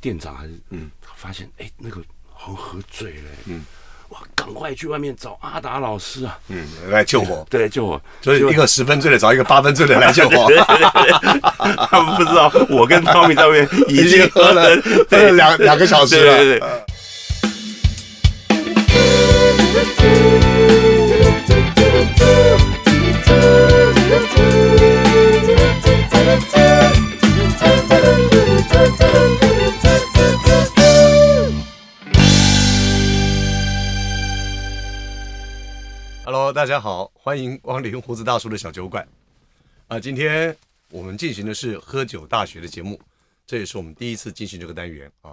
店长还是嗯，发现哎、那个好像喝醉了、嗯，哇，赶快去外面找阿达老师啊，嗯，来救火，对，就我所以就一个十分醉的找一个八分醉的来救火， 他们不知道我跟汤米在外 面已 已经经喝喝了了喝了两两个小时了。对对对呃嘟 Hello，大家好，欢迎光临胡子大叔的小酒馆。啊、今天我们进行的是喝酒大学的节目，这也是我们第一次进行这个单元啊。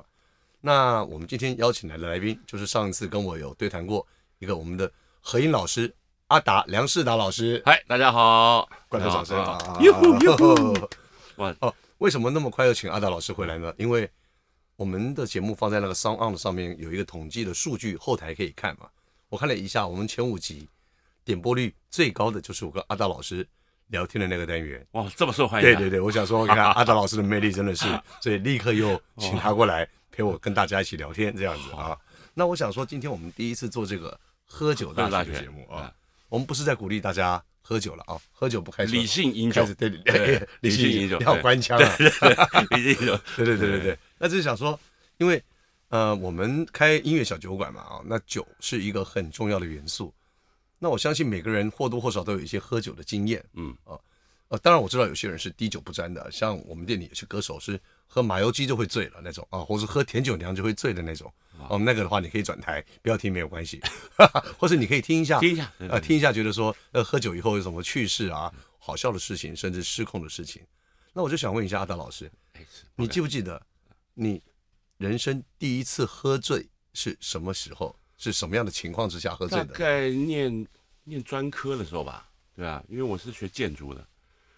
那我们今天邀请来的来宾，就是上一次跟我有对谈过一个我们的何英老师阿达梁世达老师，嗨，哎大家好，罐头掌声啊！ 啊！呦呼呦呼！哇哦，为什么那么快要请阿达老师回来呢？因为我们的节目放在那个 s o n On 上面有一个统计的数据，后台可以看嘛。我看了一下，我们前五集点播率最高的就是我跟阿达老师聊天的那个单元。哇，这么受欢迎、对啊，对对，我想说，看阿达老师的魅力真 的是，所以立刻又请他过来陪我跟大家一起聊天这样子哦啊。那我想说，今天我们第一次做这个喝酒大学的节目喝酒大学啊，我们不是在鼓励大家喝酒了啊，喝酒不开车，理性饮酒开始，对对理性理性饮酒你好对官腔啊，理性饮酒，对对对对对，那只是想说，因为呃，我们开音乐小酒馆嘛啊、那酒是一个很重要的元素。那我相信每个人或多或少都有一些喝酒的经验，嗯啊、呃，当然我知道有些人是滴酒不沾的，像我们店里有些歌手是喝麻油鸡就会醉了那种啊、或是喝甜酒酿就会醉的那种。哦，那个的话你可以转台，不要听没有关 系，或是你可以听一下，听一下对对呃，对听一下，觉得说呃喝酒以后有什么趣事啊、好笑的事情，甚至失控的事情。那我就想问一下阿达老师，哎是你记不记得你人生第一次喝醉是什么时候？是什么样的情况之下喝醉大的？概念念专科的时候吧，对啊，因为我是学建筑的，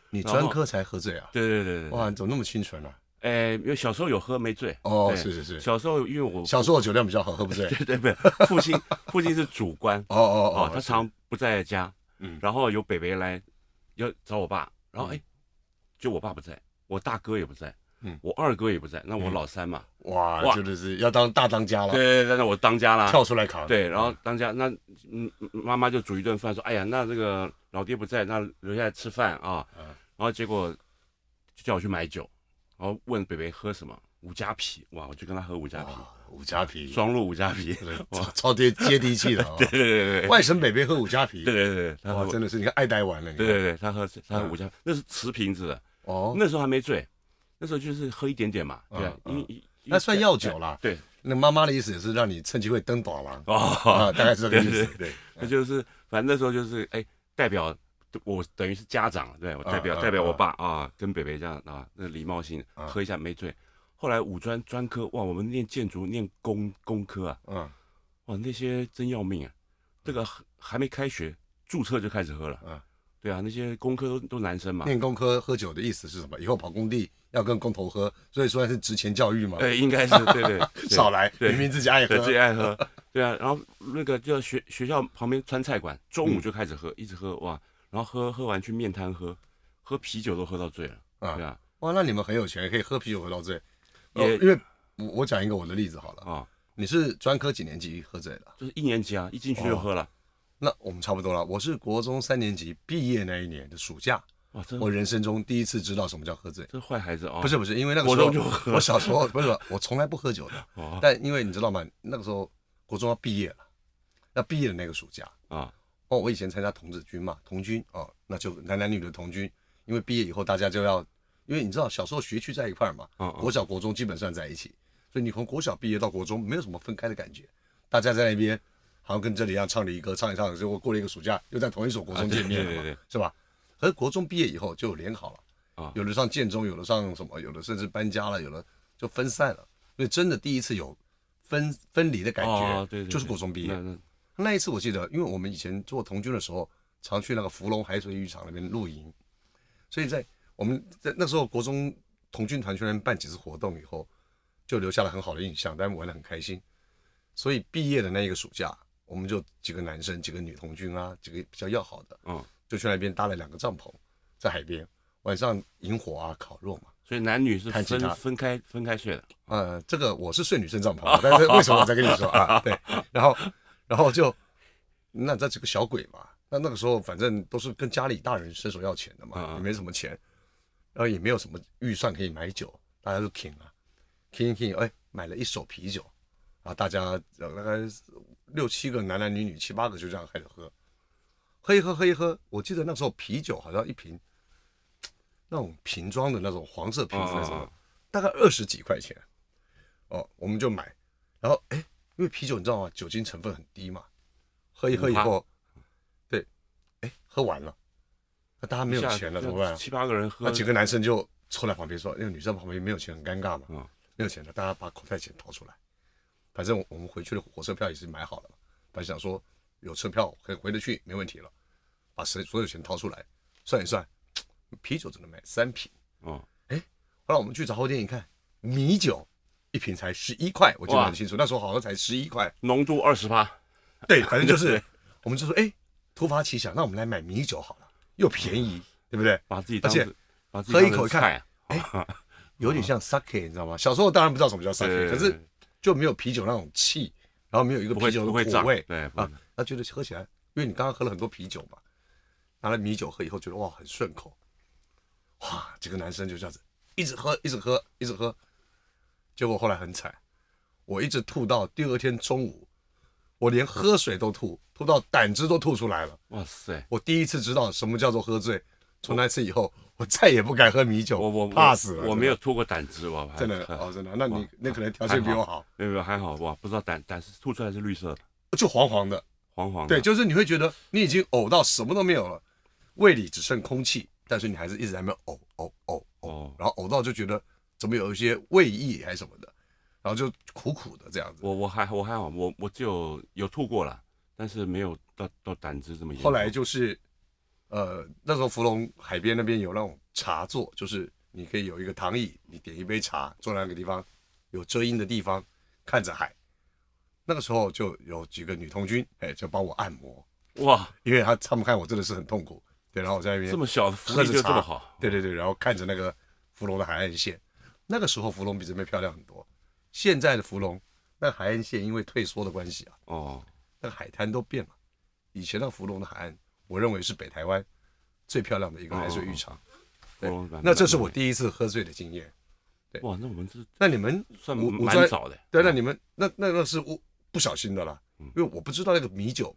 你专科才喝醉啊？对对对对对，哇，你怎么那么清纯啊？哎，因为小时候有喝没醉，哦对是是是小时候因为我小时候酒量比较好，喝不醉。 对对对，父亲 父亲是主官，哦哦哦哦，，他常不在家，嗯然后有北北来要找我爸，然后嗯哎，就我爸不在，我大哥也不在，嗯我二哥也不在，那我老三嘛，哇，哇真的是要当大当家了对，对对，那我当家啦，跳出来扛。对，然后当家那嗯，妈妈就煮一顿饭，说：“哎呀，那这个老爹不在，那留下来吃饭啊。嗯然后结果就叫我去买酒，然后问北北喝什么，五加啤，哇，我就跟他喝五加啤，哇，五加皮，双鹿五加啤，超超接接地气的啊！对对对对外省北边喝五加皮对，对对，他哇，喝，真的是你看爱呆完了。你看对对对，他喝他喝五加，那是瓷瓶子的，哦，那时候还没醉，那时候就是喝一点点嘛，对啊，因嗯嗯为因为那算药酒啦。对那妈妈的意思也是让你趁机会登短 廊哦啊，，大概是这个意对对思对。对，那就是反正那时候就是哎，代表我等于是家长，对我代表、啊啊代表我爸啊，跟北北这样啊，那礼貌性啊喝一下没醉。后来五专专科哇，我们念建筑念工工科啊，嗯哇那些真要命啊！这个还没开学注册就开始喝了，嗯。对啊，那些工科都都男生嘛，念工科喝酒的意思是什么？以后跑工地要跟工头喝，所以说是职前教育嘛。哎对，应该是对 对对少来，对明明自己爱喝对，。自己爱喝， 对啊，然后那个就学学校旁边川菜馆，中午就开始嗯喝，一直喝哇，然后喝喝完去面摊喝，喝啤酒都喝到醉了，啊对啊，哇，那你们很有钱，可以喝啤酒喝到醉。哦也因为我我讲一个我的例子好了，啊，你是专科几年级喝醉了？就是一年级啊，一进去就喝哦了，那我们差不多了。我是国中三年级毕业那一年的暑假，哇，这我人生中第一次知道什么叫喝醉。这坏孩子啊，不是不是，因为那个国时候中就喝我小时候不是我从来不喝酒的，哦但因为你知道吗？那个时候国中要毕业了，那毕业的那个暑假，啊，哦，我以前参加童子军嘛，童军哦，那就男男女女的童军，因为毕业以后大家就要，因为你知道小时候学区在一块儿嘛，嗯嗯国小国中基本上在一起，所以你从国小毕业到国中没有什么分开的感觉，大家在那边好像跟这里一样唱离歌，唱一唱，结果过了一个暑假又在同一所国中啊对见面了嘛，对对对是吧？可是国中毕业以后就有联考了。啊有的上建中，有的上什么，有的甚至搬家了，有的就分散了。所以真的第一次有分分离的感觉，哦对对对就是国中毕业那那那一次。我记得，因为我们以前做童军的时候，常去那个芙蓉海水浴场那边露营，所以在我们在那时候国中童军团去那边办几次活动以后，就留下了很好的印象，但玩得很开心。所以毕业的那一个暑假，我们就几个男生、几个女童军啊，几个比较要好的，嗯就去那边搭了两个帐篷，在海边晚上萤火啊、烤肉嘛。所以男女是弹吉分他分开分开睡的。呃，这个我是顺女生帐篷， 但是为什么我在跟你说啊？对，然后然后就那这是个小鬼嘛，那那个时候反正都是跟家里大人伸手要钱的嘛，嗯嗯也没什么钱，然后也没有什么预算可以买酒，大家都挺啊，挺挺，哎，买了一手啤酒，啊，大家呃大概六七个男男女女七八个就这样开始喝，喝一喝喝一喝，我记得那时候啤酒好像一瓶那种瓶装的那种黄色瓶子那种嗯嗯嗯的，大概二十几块钱，哦，我们就买，然后哎，因为啤酒你知道吗，酒精成分很低嘛，喝一喝以后，对，哎，喝完了，那大家没有一下钱了就怎么办啊？七八个人喝那，几个男生就凑在旁边说：“那个女生旁边没有钱，很尴尬嘛，嗯没有钱的，大家把口袋钱掏出来。反正我们回去的火车票也是买好了嘛，本来想说有车票可以回得去，没问题了，把所所有钱掏出来算一算，啤酒只能买三瓶。哦，后来我们去杂货店一看，米酒一瓶才十一块，我记得哇很清楚，那时候好像才十一块。浓度二十趴，对，反正就是 我们就说，哎，突发奇想，那我们来买米酒好了，又便宜，对不对？把自己而当且成把自己喝一当口成看菜啊。有点像 sake，你知道吗？小时候当然不知道什么叫 sake，对可是就没有啤酒那种气，然后没有一个不会啤酒的不会苦胀，味对不啊，他觉得喝起来，因为你刚刚喝了很多啤酒嘛，拿了米酒喝以后觉得哇很顺口，哇，几个男生就这样子一直喝，一直喝，一直喝，结果后来很惨，我一直吐到第二天中午，我连喝水都吐，吐到胆汁都吐出来了。哇塞，我第一次知道什么叫做喝醉，从那次以后，我再也不敢喝米酒，我我怕死了，我真没的有吐过胆汁，我还 真的还哦，真的，那你哇那可能条件比我好，没有没有还好哇，不知道胆胆是吐出来是绿色的，就黄黄的，黄黄的。对，就是你会觉得你已经呕到什么都没有了，胃里只剩空气，但是你还是一直在那边呕呕呕呕，哦，然后呕到就觉得怎么有一些胃液还是什么的，然后就苦苦的这样子，我我还我还好，我我只有有吐过了，但是没有到到胆汁这么严重。后来就是，呃，那时候芙蓉海边那边有那种茶座，就是你可以有一个躺椅，你点一杯茶，坐在那个地方有遮阴的地方，看着海。那个时候就有几个女童军，哎，就帮我按摩，哇，因为他他们看我真的是很痛苦，对，然后我在那边这么小的福喝利着就这茶么好，对对对，然后看着那个芙蓉的海岸线，那个时候芙蓉比这边漂亮很多。现在的芙蓉，那海岸线因为退缩的关系啊，哦，那个海滩都变了。以前的芙蓉的海岸，我认为是北台湾最漂亮的一个海水浴哦场。芙蓉版那这是我第一次喝醉的经验。哇，那我们这那你们算我我蛮在早的，对，那你们那那那是我不小心的啦，嗯因为我不知道那个米酒，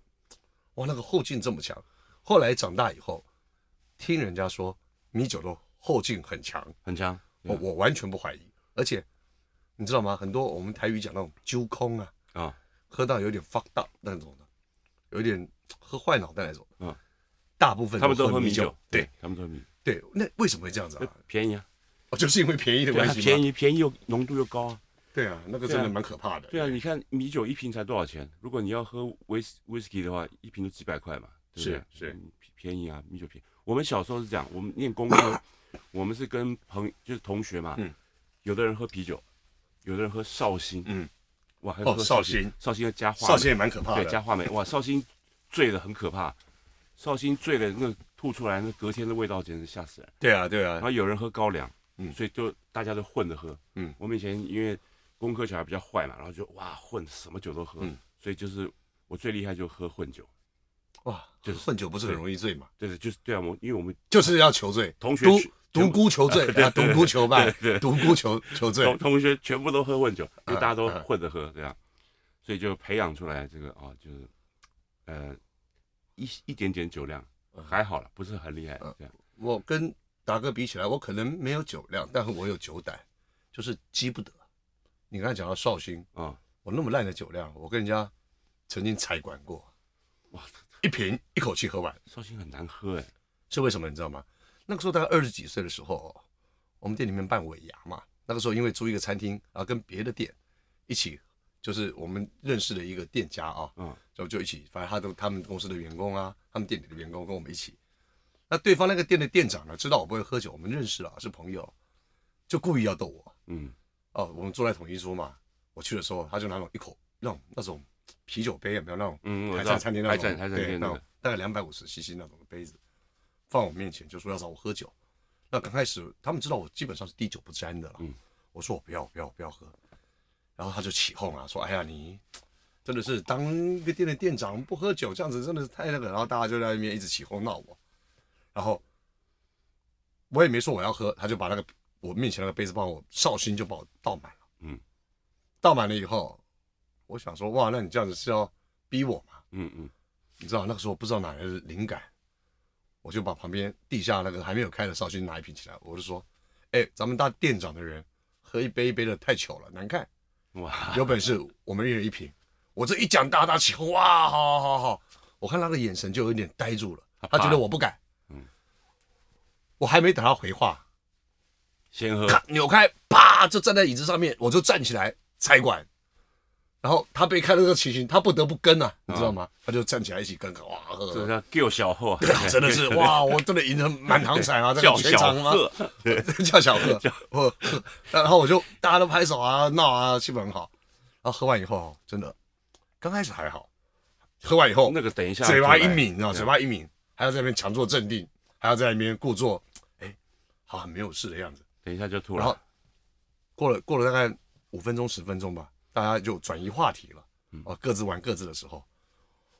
哇，那个后劲这么强。后来长大以后，听人家说米酒的后劲很强，很强。对我我完全不怀疑。而且你知道吗？很多我们台语讲那种揪空啊，啊，喝到有点 fucked up 那种的，有点喝坏脑袋那种。嗯，大部分他们都喝喝米酒酒，，对，他们都喝米，对。那为什么会这样子酒，啊？便宜啊，哦，就是因为便宜的对关啊，系吗？便宜。宜便宜又浓度又高啊。对啊，那个真的蛮可怕的。对啊，你看米酒一瓶才多少钱？如果你要喝威士威士忌的话，一瓶都几百块嘛，对不对？是是嗯便宜啊，米酒便宜。我们小时候是这样，我们念工 科，我们是跟朋就是同学嘛，嗯有的人喝啤酒，有的人喝绍兴，嗯，哇，还哦有喝绍绍兴，绍兴要加话梅，绍兴也啊蛮可怕对，啊的。加话梅，哇，绍兴醉的很可怕，绍兴醉的那个吐出来，那隔天的味道简直吓死人。对啊，对啊然，后有人喝高粱，嗯所以就大家都混着喝，嗯我们以前因为工科小孩比较坏嘛，然后就哇混什么酒都喝，嗯所以就是我最厉害就喝混酒，哇，就是混酒不是很容易醉嘛？对对，就是对啊，我因为我们就是要求醉，同学独全独孤求醉，啊，独孤求败，独孤求求醉同。同学全部都喝混酒，因为大家都嗯嗯混着喝这样，所以就培养出来这个哦，就是呃一一点点酒量还好了，不是很厉害嗯这样，我跟达哥比起来，我可能没有酒量，但是我有酒胆，就是激不得。你刚才讲到绍兴，啊我那么烂的酒量，我跟人家曾经菜馆过，哇，一瓶一口气喝完，绍兴很难喝哎，是为什么？你知道吗？那个时候大概二十几岁的时候，哦我们店里面办尾牙嘛，那个时候因为租一个餐厅，然后跟别的店一起，就是我们认识的一个店家啊，嗯就就一起，反正他都他们公司的员工啊，他们店里的员工跟我们一起。那对方那个店的店长呢，知道我不会喝酒，我们认识了，是朋友，就故意要逗我。嗯哦，我们坐在统一桌嘛，我去的时候，他就拿那种一口那种那种啤酒杯，有没有那种嗯，我海知道产餐厅那海种产海产对店那那个种大概两百五十 CC 那种杯子，放我面前就说要找我喝酒。那刚开始他们知道我基本上是滴酒不沾的了，嗯我说我不要我不要我不要喝，然后他就起哄啊，说哎呀你真的是当一个店的店长不喝酒这样子真的是太那个，然后大家就在那边一直起哄闹我，然后我也没说我要喝，他就把那个我面前那个杯子帮我绍兴就帮我倒满了，嗯，倒满了以后，我想说哇，那你这样子是要逼我嘛？嗯嗯，你知道那个时候不知道哪来的灵感，我就把旁边地下那个还没有开的绍兴拿一瓶起来，我就说，哎，咱们当店长的人喝一杯一杯的太糗了，难看，嗯哇，有本事我们一人一瓶。我这一讲，大家起哄，哇，好好好，我看他的眼神就有点呆住了，他觉得我不敢。嗯我还没等他回话，先喝，咔扭开，啪就站在椅子上面，我就站起来拆管。然后他被看到这个情形，他不得不跟啊，你知道吗？他就站起来一起跟，哇，喝喝喝这叫叫小 贺，真的 是哇，我真的赢得满堂彩啊！这叫个全小场吗？贺， 叫小 贺， 我，然后我就大家都拍手啊、闹啊，气氛很好。然后喝完以后，哦真的刚开始还好，喝完以后那个等一下哦嘴巴就一来抿，你知道，嘴巴一抿，还要在那边强作镇定，还要在那边故作，哎，好像没有事的样子。等一下就吐然后了，过了过了大概五分钟十分钟吧，大家就转移话题了，哦，各自玩各自的时候，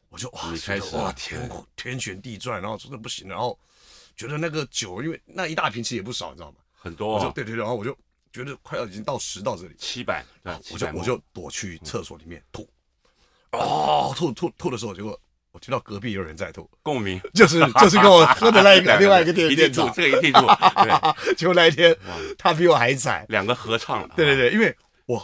我就哇，嗯你觉得开始了哇天天旋地转，然后真的不行了，然后觉得那个酒，因为那一大瓶其实也不少，你知道吗？很我多就哦，对对对，然后我就觉得快要已经到十到这里，七百，对吧，七我就百我就躲去厕所里面吐，嗯哦，吐吐吐的时候，结果我听到隔壁有人在吐，共鸣，就是 就是跟我喝的那一个 对另外一个店一店定长吐，，这个一定吐，对， 结果那一天他比我还惨。两个合唱了， 啊对对对，因为我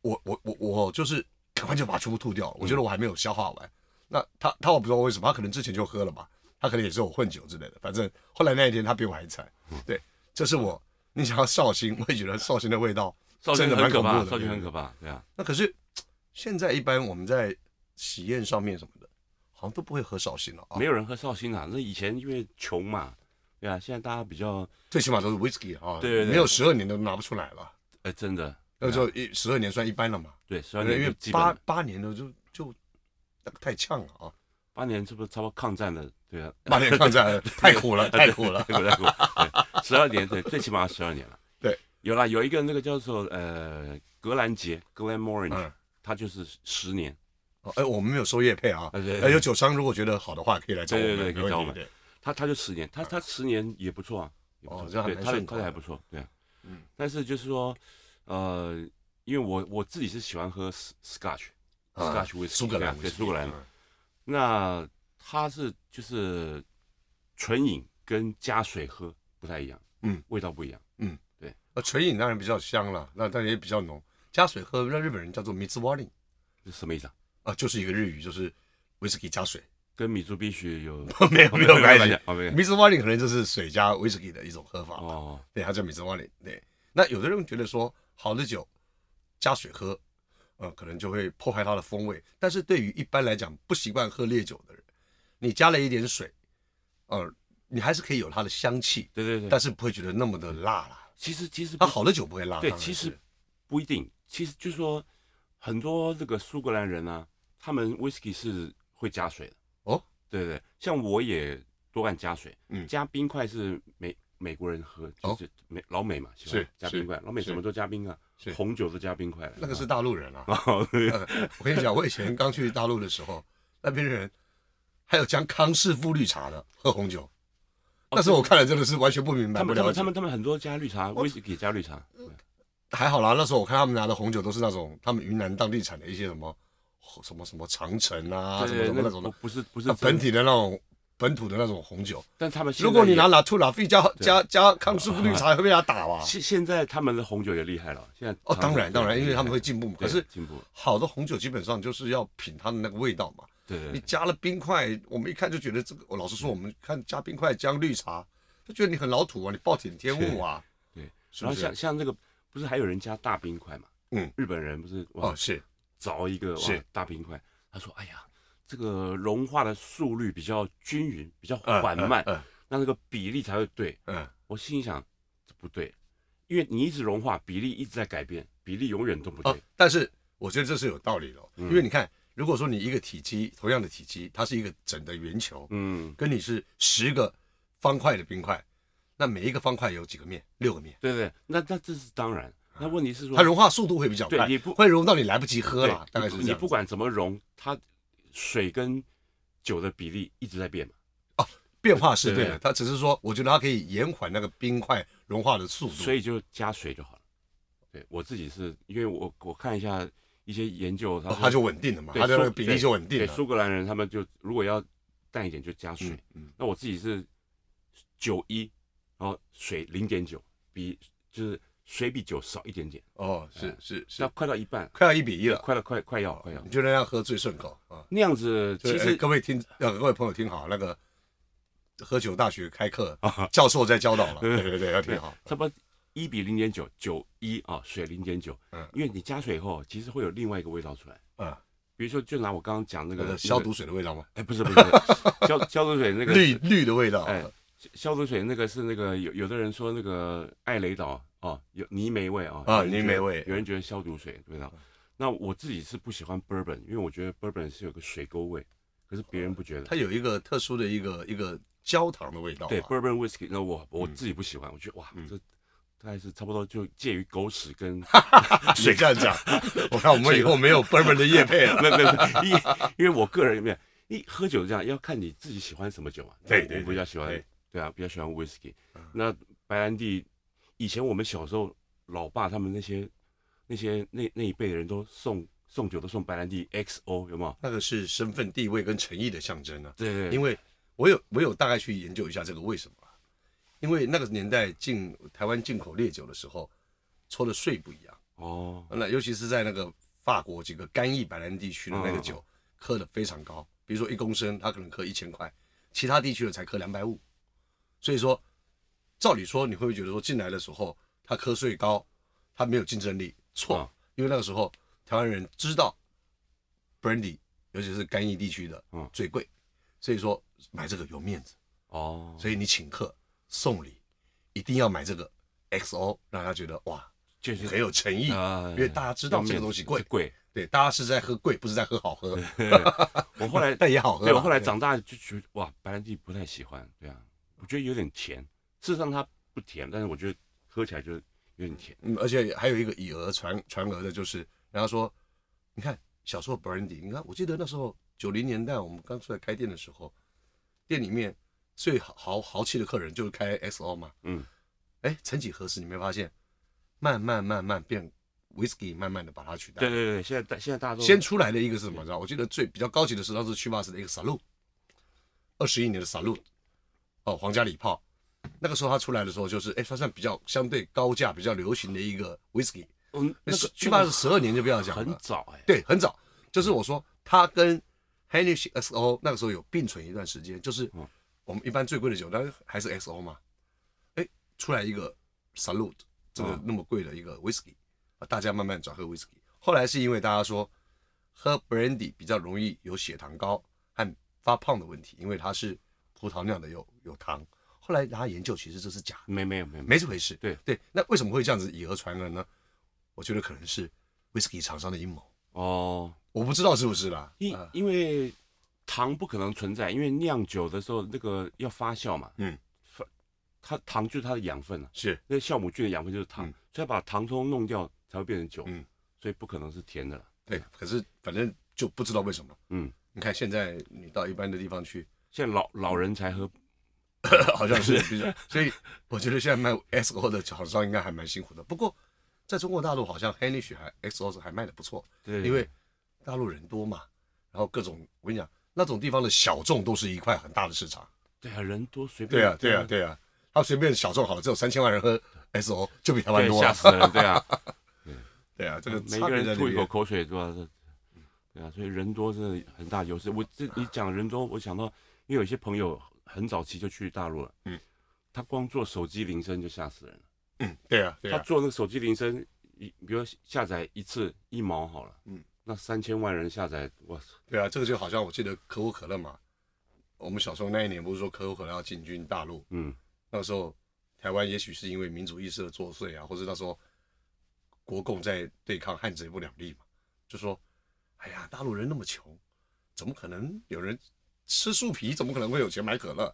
我我我我就是赶快就把它全部吐掉嗯了，我觉得我还没有消化完。那他他我不知道为什么，他可能之前就喝了吧，他可能也是我混酒之类的。反正后来那一天他比我还惨。嗯对，这是我你想要绍兴，我也觉得绍兴的味道绍兴真的很蛮可恐怖怕，的，绍兴很可怕。怕，对啊，那可是现在一般我们在喜宴上面什么的，好像都不会喝绍兴了啊没，有人喝绍兴啊，那以前因为穷嘛，对啊，现在大家比较，最起码都是 whisky 啊，对对对没有十二年都拿不出来了，哎，真的，那就一十二年算一般了嘛。对，十二因年就为基本八了八年的就就那个太呛了啊，八年是不是差不多抗战的？对啊，八年抗战太苦了， 太苦 了。太苦太苦，十二年对，最起码十二年了。 对，有啦，有一个那个叫做呃格兰杰 （Glen Morange），、嗯他就是十年。哦哎，我们没有收业配啊，啊对对哎有酒商如果觉得好的话，可以来找我们，对对对可以找我们没问题。他他就十年，他他十年也不错啊，也不哦错这样对，还他的顺口他的还不错，对啊，嗯但是就是说，呃，因为我我自己是喜欢喝 s- Scotch，对啊 Scotch whisky，苏格兰对 whisky，苏格兰嗯那它是就是纯饮跟加水喝不太一样，嗯，味道不一样，呃，纯饮当然比较香了，那当然也比较浓。加水喝，那日本人叫做 m i t s u w a r i 是什么意思啊？啊，就是一个日语，就是 whisky 加水，跟米珠必须有 没有没有关系。哦，没有 m i t s u w a r i 可能就是水加 whisky 的一种喝法，哦，对，它叫 m i t s u w a r i 对，那有的人觉得说，好的酒加水喝，呃，可能就会破坏它的风味。但是对于一般来讲不习惯喝烈酒的人，你加了一点水，呃，你还是可以有它的香气，对对对，但是不会觉得那么的辣啦。其实其实它不好的酒不会辣，对，啊当然其是实不一定。其实就是说，很多这个苏格兰人啊，他们 whisky 是会加水的。哦，对对，像我也多半加水，嗯加冰块是美美国人喝，哦就是美老美嘛，喜是欢加是冰块，老美是什么都加冰啊是，红酒都加冰块了。那个 是大陆人啊。哦， 呃我跟你讲，我以前刚去大陆的时候，那边人还有将康师傅绿茶的喝红酒，但是我看了真的是完全不明哦白，他不们他了们解嗯他。们他们很多加绿茶，whisky 加绿茶，对还好啦，那时候我看他们拿的红酒都是那种他们云南当地产的一些什么什么什么长城啊，什么对什对，么那那种不的，不是不是那本真，体的那种本土的那种红酒。但他们现如果在你也拿拉兔拉菲加加加康师傅绿茶，会被他打吧？现现在他们的红酒也厉害了，现在哦，尝当试然当然，因为他们会对进步嘛。对可是进步，好的红酒基本上就是要品它的那个味道嘛。对对对你加了冰块，我们一看就觉得这个。我老实说，我们看加冰块加绿茶，就觉得你很老土啊，你暴殄天物啊。对。是然不后像是？像这个，不是还有人加大冰块嘛？嗯，日本人不是哇哦，是凿一个哇是大冰块，他说哎呀，这个融化的速率比较均匀，比较缓慢，嗯那那个比例才会对。嗯，我心里想这不对，因为你一直融化，比例一直在改变，比例永远都不哦对。，嗯但是我觉得这是有道理的哦，因为你看，如果说你一个体积同样的体积，它是一个整的圆球，嗯，跟你是十个方块的冰块，那每一个方块有几个面？六个面，对对，那那这是当然。那问题是说，它融化速度会比较快，对你不会融到你来不及喝对了，大概是这你你样子。不管怎么融，它水跟酒的比例一直在变嘛，变化是对对的，它只是说，我觉得它可以延缓那个冰块融化的速度。所以就加水就好了。对我自己是因为我我看一下一些研究，他哦说它就稳定了嘛，对它的那个苏比例就稳定对了。苏格兰人他们就如果要淡一点就加水，嗯嗯，那我自己是九一，然后水零点九，比就是水比酒少一点点，哦，是是那是，快到一半，快要一比一了，哦快了快快要快要你就让它喝最顺口啊。那样子，所以其哎实各位听呃各位朋友听好，那个喝酒大学开课啊，教授在教导了，对对对对，要听好。差不多一比零点九，九一啊，水零点九嗯，因为你加水以后，其实会有另外一个味道出来。嗯，比如说，就拿我刚刚讲那那个个消，那毒水的味道吗？个哎，不是不是， 不是消消毒水那个绿，绿的味道，啊哎，消消毒水那个是那个有有的人说那个艾雷岛哦，有泥煤味啊，有啊人觉得泥煤味有人觉得消毒水味道。那我自己是不喜欢 bourbon，因为我觉得 bourbon 是有个水沟味，可是别人不觉得。它有一个特殊的一个一个焦糖的味道吧。啊对 bourbon whiskey，那我我自己不喜欢，我觉得哇，嗯这大概是差不多就介于狗屎跟谁 啊这样讲？我看我们以后没有 bourbon 的叶配了。没有没有，因为因为我个人没有，你喝酒这样要看你自己喜欢什么酒啊。对我对我比较喜欢对，嗯对啊，比较喜欢 whisky。那白兰地，以前我们小时候，老爸他们那些那些那那一辈的人都送送酒都送白兰地 XO，有没有？那个是身份地位跟诚意的象征啊。对对因为我有我有大概去研究一下这个为什么啊，因为那个年代进台湾进口烈酒的时候，抽的税不一样，哦，那尤其是在那个法国几个干邑白兰地区的那个嗯酒，刻的非常高，比如说一公升它可能刻一千块，其他地区的才刻两百五，所以说，照理说你会不会觉得说进来的时候它课税高，它没有竞争力？错，嗯因为那个时候台湾人知道 brandy，尤其是干邑地区的嗯最贵，所以说买这个有面子，哦，所以你请客送礼一定要买这个 XO，让他觉得哇就是很有诚意。啊，因为大家知道要面这个子东西贵是贵。 对，大家是在喝贵，不是在喝好喝。我后来 但也好喝啦。对我后来长大就觉得哇，白兰地不太喜欢，对啊，我觉得有点甜。事实上它不甜，但是我觉得喝起来就有点甜。嗯，而且还有一个以讹传传讹的，就是人家说，你看小时候 brandy，你看我记得那时候九零年代我们刚出来开店的时候，店里面最豪豪豪气的客人就是开 XO 嘛。嗯。哎，曾几何时你没发现，慢慢慢慢变 whisky，慢慢的把它取代。对对对，现在大现在大家都先出来的一个是什么？你知道？我记得最比较高级的是当时去巴士的一个 Salute，二十一年的 Salute，哦，皇家礼炮。那个时候它出来的时候，就是哎，它算比较相对高价、比较流行的一一个 whisky。嗯，那个去巴那士个十二年就不要讲了，很早哎、对，很早。就是我说它跟 Hennessy XO 那个时候有并存一段时间，就是嗯我们一般最贵的酒，但是还是 XO 嘛。哎，出来一个 Salute 这个嗯那么贵的一个 Whisky，啊大家慢慢转喝 Whisky。后来是因为大家说喝 Brandy 比较容易有血糖高和发胖的问题，因为它是葡萄酿的有有糖。后来大家研究，其实这是假的。没没有没有没这回事。对对，那为什么会这样子以讹传讹呢？我觉得可能是 whisky 厂商的阴谋，哦，我不知道是不是啦。因呃因为糖不可能存在，因为酿酒的时候那个要发酵嘛，嗯，发它糖就是它的养分啊，是那酵母菌的养分就是糖，嗯所以把糖通通弄掉才会变成酒，嗯，所以不可能是甜的了，对，可是反正就不知道为什么。嗯，你看现在你到一般的地方 去，现在老老人才喝，好像是比较，所以我觉得现在卖 XO 的厂商应该还蛮辛苦的。不过在中国大陆好像 h e n n i s h 还 XO 是还卖的不错，对，因为大陆人多嘛，然后各种我跟你讲，那种地方的小众都是一块很大的市场。对啊，人多随便，对啊，对啊，对啊，他随便小众好了，只有三千万人喝 SO 就比台湾对多吓了。死人，对啊，对 啊，这个每个差别在人这吐一口里。口水，对吧、对啊，所以人多真的很大优势。我这你讲人多，我想到，因为有些朋友很早期就去大陆了，嗯，他光做手机铃声就吓死人了。嗯，对啊，对他啊，做那个手机铃声，一比如下载一次一毛好了，嗯，那三千万人下载，我操，对啊，这个就好像我记得可口可乐嘛，我们小时候那一年不是说可口可乐要进军大陆，嗯，那个时候台湾也许是因为民族意识的作祟啊，或者那时候国共在对抗汉贼不两立嘛，就说，哎呀，大陆人那么穷，怎么可能有人吃树皮？怎么可能会有钱买可乐？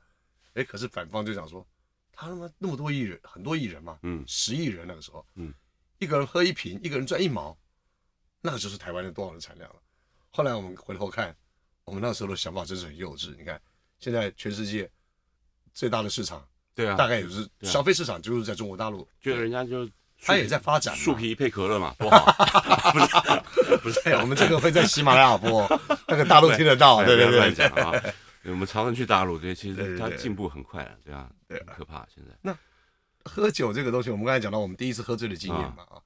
哎，可是反方就讲说，他他妈那么多艺人，很多艺人嘛，嗯十亿人那个时候，嗯，一个人喝一瓶，一个人赚一毛，那个就是台湾的多少的产量了。后来我们回头看，我们那时候的想法真是很幼稚。你看，现在全世界最大的市场，对啊，大概也是对啊消费市场，就是在中国大陆，觉得人家就它也在发展嘛。树皮配可乐嘛，多好，啊 不是不是哎，我们这个会在喜马拉 雅播，那个大陆听得到，对对哎不要乱。对讲啊。 我们常常去大陆，对，其对实对它对进步很快了，对啊，对很啊可怕现在。喝酒这个东西，我们刚才讲到我们第一次喝醉的经验嘛啊，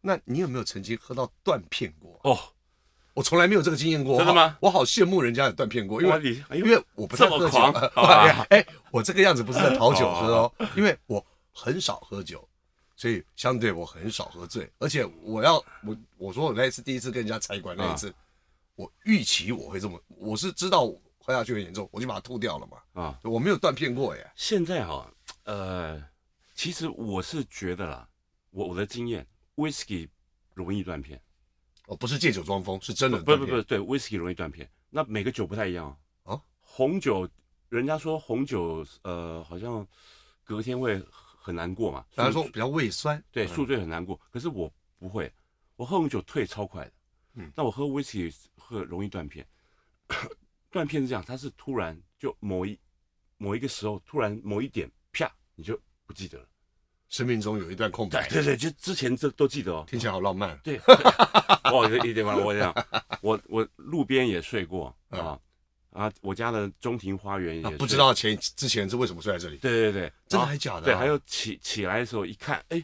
那你有没有曾经喝到断片过？哦，我从来没有这个经验过，真的吗我好我好羡慕人家有断片过，因哇为你哎因呦为我不太这么喝酒 狂好吧。哎，我这个样子不是在讨酒喝哦， 因为我很少喝酒，所以相对我很少喝醉，而且我要我我说我那一次第一次跟人家财管那一啊次，我预期我会这么，我是知道我喝下去很严重，我就把它吐掉了嘛，啊，我没有断片过耶。现在哈、呃，其实我是觉得啦，我我的经验，whisky 容易断片，哦，不是借酒装疯，是真的不断不片。不，对，whisky 容易断片。那每个酒不太一样哦。哦红酒，人家说红酒，呃，好像隔天会很难过嘛。大家宿说比较胃酸，对，嗯宿醉很难过，可是我不会，我喝红酒退超快的。嗯但我喝 whisky 喝容易断片， 断片是这样，它是突然就某一某一个时候，突然某一点啪，你就不记得了。生命中有一段空对白，对对，就之前这都记得哦。听起来好浪漫。啊对， 哇，这一点吧，我讲，我我路边也睡过啊啊，我家的中庭花园也那睡嗯啊不知。道前之前是为什么睡在这里？对对对，真的然后还假的啊对，还有起起来的时候一看，哎，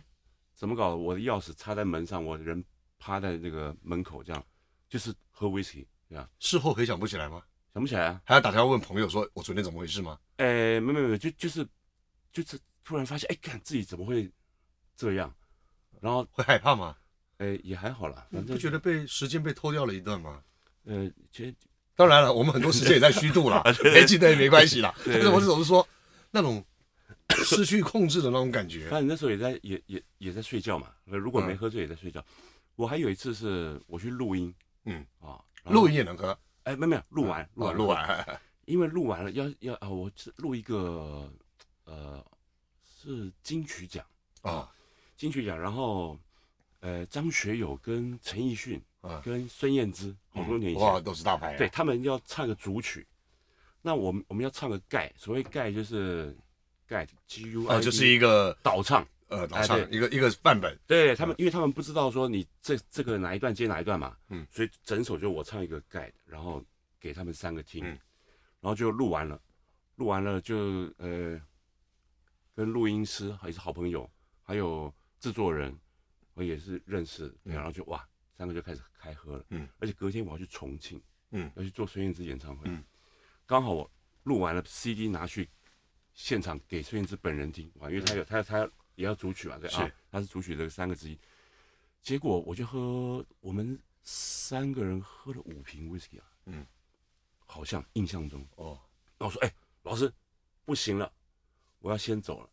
怎么搞的？我的钥匙插在门上，我人趴在那个门口这样，就是喝威士忌这样，事后回想不起来吗？想不起来啊。还要打电话问朋友说，我昨天怎么回事吗？哎，没没没，就就是就是突然发现，哎，看自己怎么会这样，然后会害怕吗？哎也还好啦，你反嗯不正觉得被时间被偷掉了一段吗？呃，其实当然了，我们很多时间也在虚度啦啊， 对对没记得也没关系啦。对对但是我总是说，那种失去控制的那种感觉反，正那时候也在也也也在睡觉嘛，如果没嗯喝醉也在睡觉。我还有一次是我去录音，嗯啊，然后录音也能喝，哎没有没有录完录啊完录， 完，因为录完了要要啊，我是录一个呃是金曲奖啊金曲奖，然后呃张学友跟陈奕迅啊，跟孙燕姿好多年以前，嗯哇，都是大牌啊，对他们要唱个主曲，那我们我们要唱个盖，所谓盖就是盖 G U 啊， I，就是一个倒唱。呃老哎唱对一个一个范本，对他们，因为他们不知道说你这这个哪一段接哪一段嘛，嗯所以整首就我唱一个 guide，然后给他们三个听，嗯然后就录完了，录完了就呃，跟录音师也是好朋友，还有制作人，我也是认识，对嗯然后就哇，三个就开始开喝了，嗯，而且隔天我要去重庆，嗯要去做孙燕姿演唱会，嗯刚好我录完了 CD 拿去现场给孙燕姿本人听，哇，因为她有她她也要主曲嘛，对啊嗯是，她是主曲的三个之一。结果我就喝，我们三个人喝了五瓶 whisky 啊，嗯，好像印象中，哦，那我说，哎、老师，不行了，我要先走了。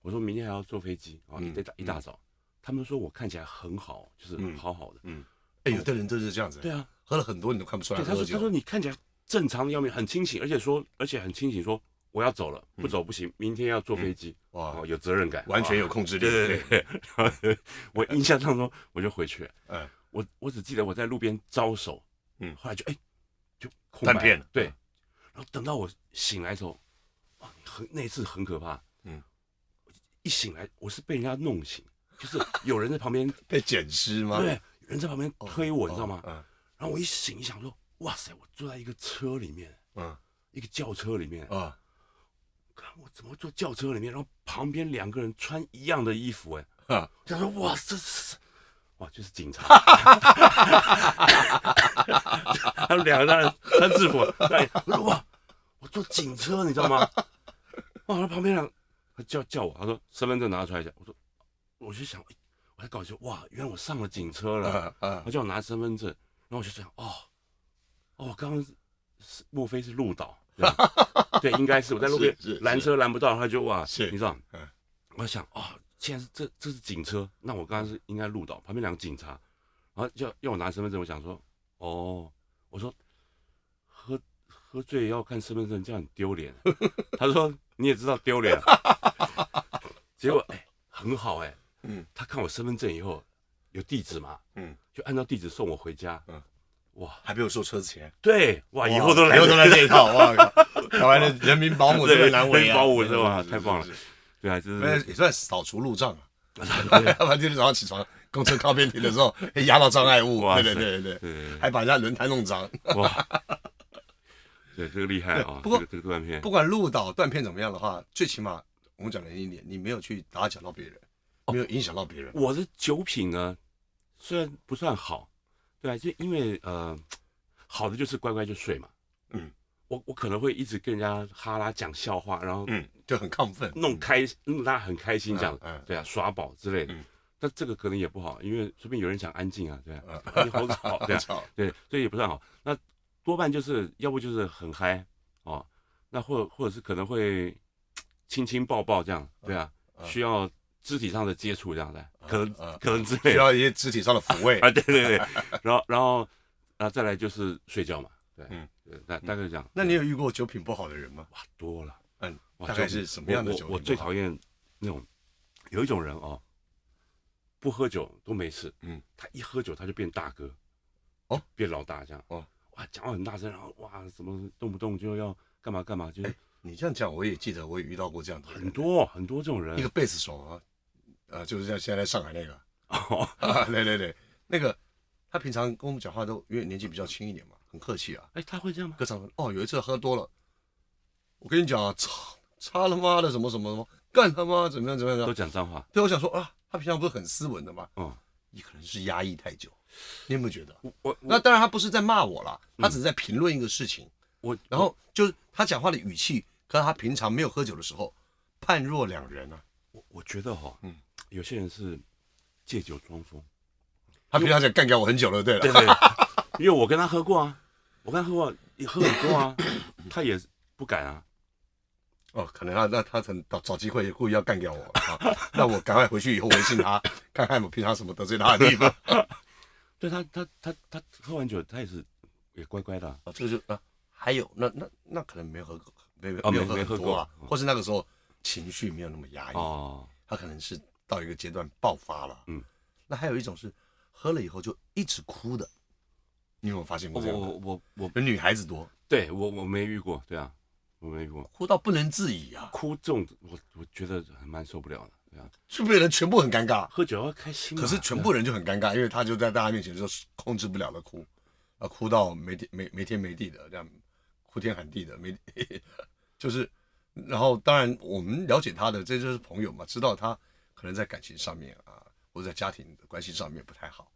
我说明天还要坐飞机啊，嗯一大一大早。他们说我看起来很好，就是嗯好好的。哎，有的人真是这样子，哦对啊，喝了很多你都看不出来对，他喝说他酒说，你看起来正常的要命，很清醒，而且说而且很清醒说我要走了，不走不行，明天要坐飞机，哇哦，有责任感，完全有。有控制力，对对对，然后我印象当中我就回去了，嗯我我只记得我在路边招手，嗯后来就哎就空白断片了对嗯，然后等到我醒来的时候，哇，很那次很可怕，嗯，一醒来我是被人家弄醒，就是有人在旁 边，被捡尸吗？哦对，有人在旁边推我，你知道吗？嗯然后我一醒一想说，哇塞，我坐在一个车里面，嗯一个轿车里面， 啊，看我怎么坐轿车里面，然后旁边两个人穿一样的衣服、哎。哈他说：“哇，这是，哇，就是警察。” 他们两个当然穿制服，对，我说哇，我坐警车，你知道吗？哇，他旁边两他叫叫我，他说身份证拿出来一下，我说，我就想，哎我还搞笑，哇，原来我上了警车了，啊啊他叫我拿身份证，然后我就想，哦，哦，我刚刚是莫非是路倒？对吧对，应该是我在路边是是是拦车拦不到，他就哇，是你知道，嗯我想哦，既然是这这是警车，那我刚刚是应该路倒，旁边两个警察，然后要要我拿身份证，我想说，哦，我说喝 喝醉要看身份证，这样很丢脸。他说你也知道丢脸啊，结果哎、很好哎、嗯他看我身份证以后有地址嘛，嗯，就按照地址送我回家。嗯嗯，哇，还没有收车子钱，对，哇，以后都来以后都来这一套，哇靠！台湾的人民保姆对真的难为 人民啊，保姆是吧是太棒了，是是是对啊，就那是也算扫除路障了。要不然今天早上起床，公车靠边停的时候，还压到障碍物，哇对塞对对对对，对还把人家轮胎弄脏。哇，对这个厉害啊！不过这个这个断片不管路导断片怎么样的话，最起码我们讲的一点，你没有去打搅到别人，没有影响到别人。我的酒品呢，虽然不算好，对啊，就因为呃，好的就是乖乖就睡嘛。嗯，我我可能会一直跟人家哈拉讲笑话，然后嗯，就很亢奋。弄开，弄大家很开心这样，嗯嗯对啊，耍宝之类的。嗯但这个可能也不好，因为随便有人想安静啊，对啊，嗯你好吵，对很啊，吵，对，所以也不算好。那多半就是要不就是很嗨哦，那或或者是可能会亲亲抱抱这样，对啊，嗯需要肢体上的接触这样的，可能、嗯可能之类需的要一些肢体上的抚慰。啊，对对对，然后然后啊再来就是睡觉嘛，对，嗯对，大大概是这样。那你有遇过酒品不好的人吗？哇多了，嗯，哇大概这种是什么样的酒品我不好我我最讨厌那种有一种人哦，不喝酒都没事，嗯嗯，他一喝酒他就变大哥，哦，变老大这样，哦哦，哇，讲话很大声，然后哇，什么动不动就要干嘛干嘛，就是你这样讲，我也记得我也遇到过这样的人很多很多这种人哎一个，贝斯手啊，呃，就是像现在在上海那个，哦， 啊，对对对，那个他平常跟我们讲话都因为年纪比较轻一点嘛，很客气啊。哎，他会这样吗？歌唱哦，有一次喝多了，我跟你讲啊，操，擦他妈的什么什么什么，干他妈怎么样怎么样都怎么样。讲脏话，对，我想说啊，他平常不是很斯文的吗？嗯，你可能是压抑太久，你有没有觉得？我我那当然，他不是在骂我啦，他嗯只是在评论一个事情。我然后就是他讲话的语气，和他平常没有喝酒的时候判若两人啊。我我觉得哈，嗯嗯，有些人是借酒装 疯，他平常想干掉我很久了，对了，对对，对因为我跟他喝过啊，我跟他喝过，也喝很多啊，他也不敢啊。哦，可能他那他可能找找机会故意要干掉我啊， 那我赶快回去以后微信他， 看看我平常什么得罪他的地方对他，他他他喝完酒，他也是也乖乖的啊、 啊，这个就啊，还有那那那可能没喝够，没没哦没没有喝没很喝多啊，够或是那个时候情绪没有那么压抑，哦，他可能是到一个阶段爆发了，嗯，那还有一种是喝了以后就一直哭的，你有没有发现我过这样我的？我我，有女孩子多，对我我没遇过，对啊，我没遇过哭到不能自已啊，哭这种，我我觉得很蛮受不了的，对啊，是不是人全部很尴尬？喝酒要开心嘛，可是全部人就很尴尬，因为他就在大家面前就是控制不了的哭，啊，哭到没天没没天没地的这样，哭天喊地的没， 就是，然后当然我们了解他的，这就是朋友嘛，知道他可能在感情上面啊，或者在家庭的关系上面不太好，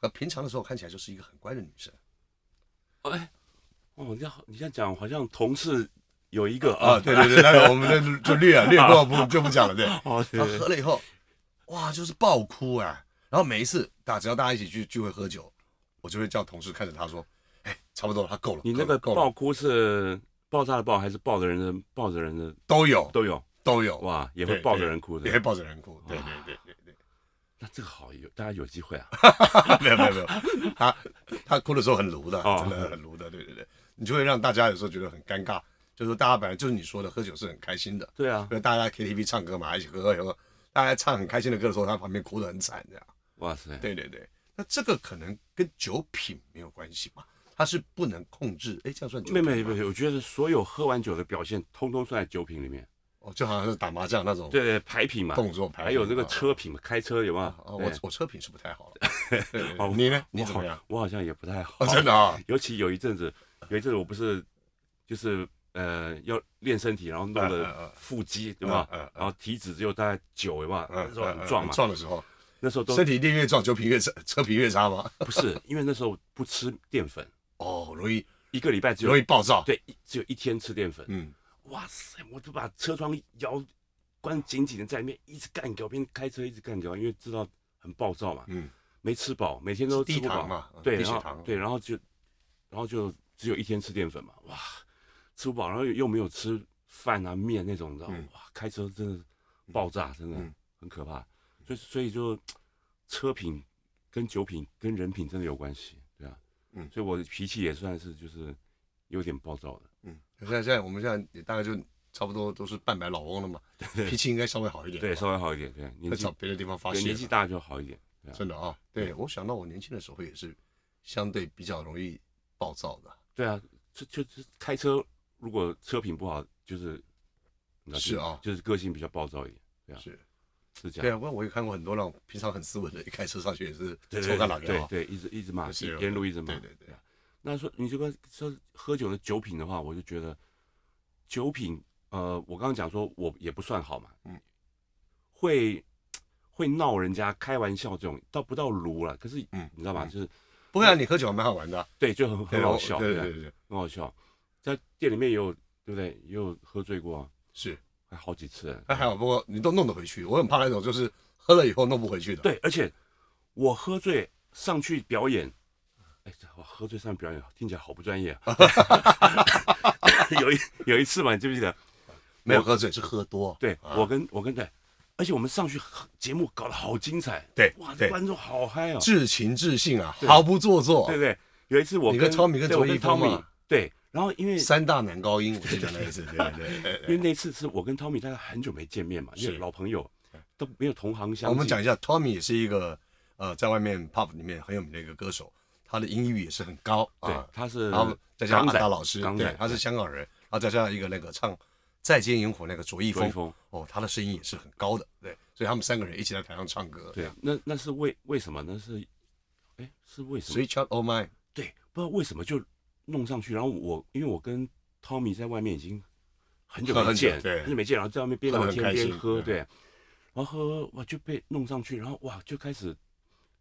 那平常的时候看起来就是一个很乖的女生对啊哎，哦，你这样你这样讲，好像同事有一个啊，对 对对，那个我们就就略啊略过不就不讲了，对，哦，对对然后对喝了以后，哇，就是爆哭哎、然后每一次大只要大家一起去聚会喝酒，我就会叫同事看着他说：“哎，差不多了，他够了。你够了那个够了爆哭是爆炸的爆，还是抱着人的抱着人的都有都有都有，哇，也对，会抱着人哭对也会的。抱着人哭。对对对对 对，那这个好有，大家有机会啊。没有没有没有，他他哭的时候很鲁的，哦真的很鲁的。对对对，你就会让大家有时候觉得很尴尬，就是说大家本来就是你说的喝酒是很开心的，对啊因，为大家 KTV 唱歌嘛，一起喝喝喝，大家唱很开心的歌的时候，他旁边哭得很惨这样。哇塞，对对对，那这个可能跟酒品没有关系吧？它是不能控制，哎，这样算酒妹品吗妹，妹妹，我觉得所有喝完酒的表现，通通算在酒品里面。哦，就好像是打麻将那种对对，牌品嘛，动作哦牌，还有那个车品嘛，开车有没有啊，啊，我我车品是不太好 了。对对对哦你呢？我你怎么样？我好像也不太好哦，，真的啊， 尤其有一阵子，有一阵子我不是就是呃要练身体，然后弄嗯嗯嗯的腹肌对吧嗯嗯嗯？然后体脂只有大概九嘛，那时候很哦壮嘛，嗯撞的时候，那时候都身体一定越壮，酒品越差，车品越差吗？不是因为那时候不吃淀粉，哦，容易一个礼拜只有容易暴躁。，对一只有一天吃淀粉，嗯，哇塞，我就把车窗摇关紧紧的，在里面一直干掉，边开车一直干掉，因为知道很暴躁嘛，嗯，没吃饱，每天都吃低不饱糖嘛嗯对，低血然糖后对，然后就然后就只有一天吃淀粉嘛，哇，吃不饱，然后又没有吃饭啊面那种，你知道吗？嗯哇，开车真的爆炸，真的嗯很可怕，所以所以就车品跟酒品跟人品真的有关系，对啊，嗯所以我的脾气也算是就是有点暴躁的，嗯，现在现在我们现在也大概就差不多都是半百老翁了嘛，脾气应该稍微好一点。对，，稍微好一点，对，年再纪找别的地方发对泄年纪了。大就好一点，对啊真的啊，对我想到我年轻的时候也是相对比较容易暴躁的，对啊，就就是开车如果车品不好，就是你知道是啊就是个性比较暴躁一点，对啊，是是这对样。啊，我我也看过很多那种平常很斯文的，一开车上去也是对抽对他老对腰啊，对，一直一直骂，就是有一沿路一直骂对。对对，那说你这个说喝酒的酒品的话，我就觉得酒品，呃，我刚刚讲说我也不算好嘛，嗯嗯，会会闹人家开玩笑这种，到不到炉了，可是嗯你知道吧，嗯就是不过啊你喝酒还蛮好玩的啊，对，就很很对好我笑，对啊对对对，很好笑，在店里面也有，对不对？也有喝醉过啊，是，还好几次 啊。那还好，不过你都弄得回去，我很怕那种就是喝了以后弄不回去的，，对，而且我喝醉上去表演，哎，这我喝醉上去表演听起来好不专业 啊。 有一有一次嘛，你记不记得？没有喝醉是喝多，对、啊我跟我跟对，而且我们上去很节目搞得好精彩，对哇，这对观众好嗨哦，至情至性啊，对毫不做作对，不对？有一次我你跟跟 Tommy 跟对我卓一跟峰嘛 Tommy 对，然后因为三大男高音，我记得那一次，对对对因为那次是我跟 Tommy 大家很久没见面嘛，因为是老朋友都没有同行相我们忌讲一下，Tommy 也是一个呃，在外面 pop 里面很有名的一个歌手，他的音域也是很高对啊，。他是然后再加上港阿仔达老师，港对仔，他是香港人，然后再加上一个那个唱《再见萤火》那个卓一卓一峰，峰。哦，他的声音也是很高的，对，所以他们三个人一起在台上唱歌，对，那那是为为什么呢？是，哎，是为什么？ ，Sweet Child O' Mine，对，不知道为什么就弄上去。然后我因为我跟 Tommy 在外面已经很久喝没很久见，对很久没见，然后在外面边喝聊得很天开边心喝，对对，然后喝哇就被弄上去，然后哇就开始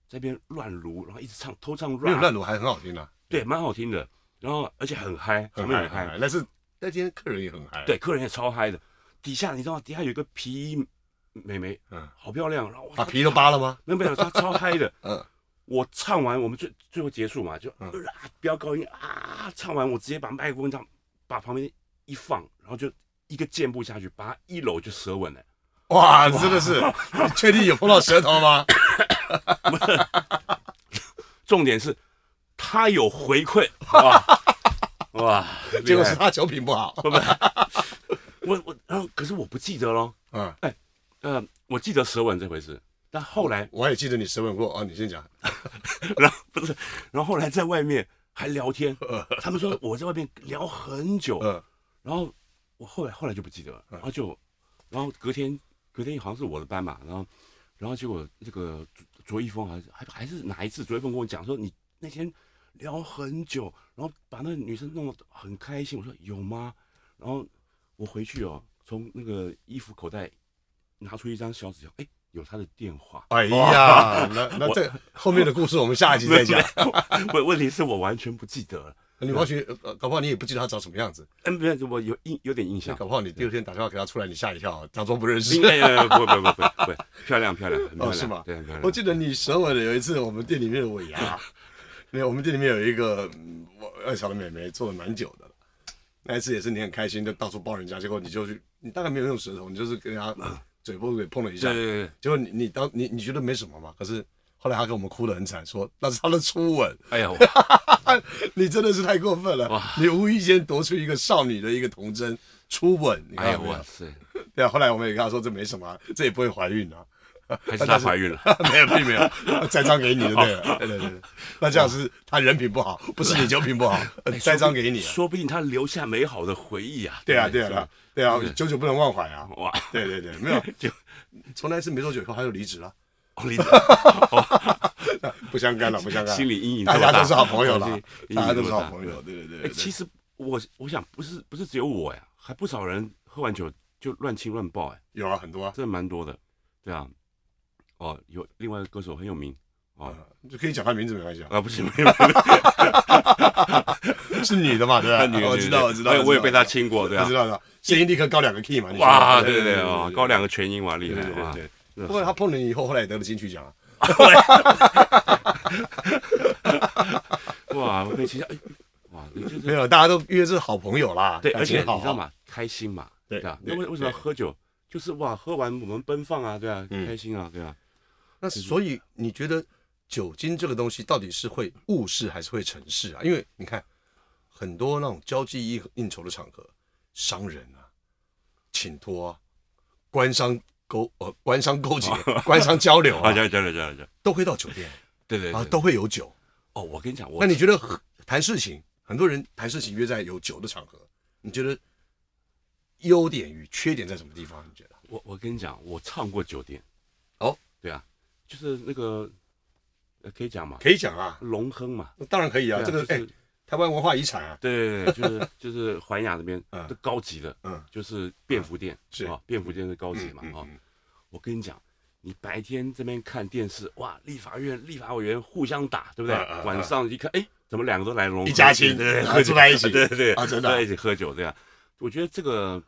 在那边乱撸，然后一直唱偷唱没有 rap，乱舞还很好听啊，对，蛮好听的。然后而且很嗨，场很面嗨很很嗨嗨，，但是那天客人也很嗨，，对，客人也超嗨的。底下你知道吗？底下有一个皮衣美眉，嗯，好漂亮，然后哇把皮都扒了吗？ 没有没有，他超嗨的。嗯，我唱完，我们最最后结束嘛，就、嗯啊飙高音啊，唱完我直接把麦克风这样把旁边一放，然后就一个箭步下去，把他一搂就舌吻了。哇，真的是，你确定有碰到舌头吗？重点是他有回馈， 哇哇，结 厉果害是他酒品不 好，不不，我我然后可是我不记得咯，嗯，呃，我记得舌吻这回事，但后来我也记得你舌吻过啊，你先讲， 然后不是，然后后来在外面还聊天，他们说我在外面聊很久，嗯。然后我后来后来就不记得了，然后就，然后隔天隔天好像是我的班嘛，然后然后结果这个卓卓一峰还是还还是哪一次卓一峰跟我讲说你那天聊很久，然后把那个女生弄得很开心，我说有吗？然后我回去哦，从那个衣服口袋拿出一张小纸条，哎，有他的电话。 哎呀， 那那这后面的故事我们下一集再讲。问问题是我完全不记得了，你或许呃搞不好你也不记得他长什么 样子，嗯，不是，我有印有点印象搞。不好你第二天打电话给他出来，你吓一跳，假装不认识应。该呃不不不不不，漂亮漂亮，很漂亮，哦，是吗？对，很漂亮。 我记得你舌吻的有一次，我们店里面的尾 牙，那我们店里面有一个嗯我二小的妹妹，做了蛮久的了。那一次也是你很开心，就到处抱人家，结果你就去，你大概没有用舌头，你就是跟人家嘴不嘴碰了一下嗯对，对对，对结果你你当你你觉得没什么嘛，可是后来他跟我们哭得很惨，说那是他的初吻。哎 呀，我你真的是太过分了！你无意间夺出一个少女的一个童贞初吻，你哎看呀，到没有哇？ 塞，对啊，后来我们也跟他说这没什么啊，这也不会怀孕啊。 还是她怀孕了。没有，并没 有，栽赃给你就对啊哦了。对对对，那这样是他人品不好，不是你酒品不好，呃 栽赃给你啊。哎说不定她留下美好的回忆啊。对啊，不对啊，对啊，对啊，久久不能忘怀啊是。吧哇， 对对对，没有， 就从那一次没多久以后他就离职了， 哦离子，不相干了，不相干了。哎心理阴影这啊么大哎大家都是好朋友了心理，阴影大家都这是么好大朋友。对对哎，对其对，实我我想不是不是只有我呀，还不少人喝完酒就乱亲乱抱，哎，有啊，很多啊，真的蛮多的。对啊，哦，有另外一个歌手很有名哦，嗯就可以讲他名字没关系啊。啊，不行，没有，没有 是女的嘛，对吧？ 女我知道，我知道，我也我也知道被他亲过，对我啊知，道的，声音立刻高两个 key 嘛。你说哇，对对对，哦，高，两个全音哇，对厉对害对对哇，对。真的不过他碰了你以后，后来也得了金曲奖啊。哇，我可以期待，哎，哇，你就是 没有，大家都约是好朋友啦。对，感而情且你好啊知道？吗？开心嘛，对吧？对那为为什么要对喝酒？就是哇，喝完我们奔放啊，对啊，嗯开心啊，对啊。那所以你觉得酒精这个东西到底是会误事还是会成事啊？因为你看很多那种交际应应酬的场合，商人啊，请托、官商勾呃官商 勾结、官商交流好，啊，讲讲讲讲讲，都会到酒店对对啊，对。都会有酒。哦，我跟你讲，我那你觉得和谈事情，很多人谈事情约在有酒的场合，你觉得优点与缺点在什么地方？你觉得？我我跟你讲，我唱过酒店。哦，对啊，就是那个，呃可以讲嘛，可以讲啊，龙亨嘛，当然可以啊，对啊这个就哎、是台湾文化遗产啊，对对对，就是就是环亚那边 嗯都高级的，嗯，就是便服店是啊，便服店是高嗯级嘛嗯啊。嗯我跟你讲，你白天这边看电视，哇，立法院立法委员互相打，对不对嗯嗯嗯？晚上一看，哎，怎么两个都来龙亨一家亲对对，啊喝酒住在一起对对对啊真的啊住在一起喝酒这样。我觉得这个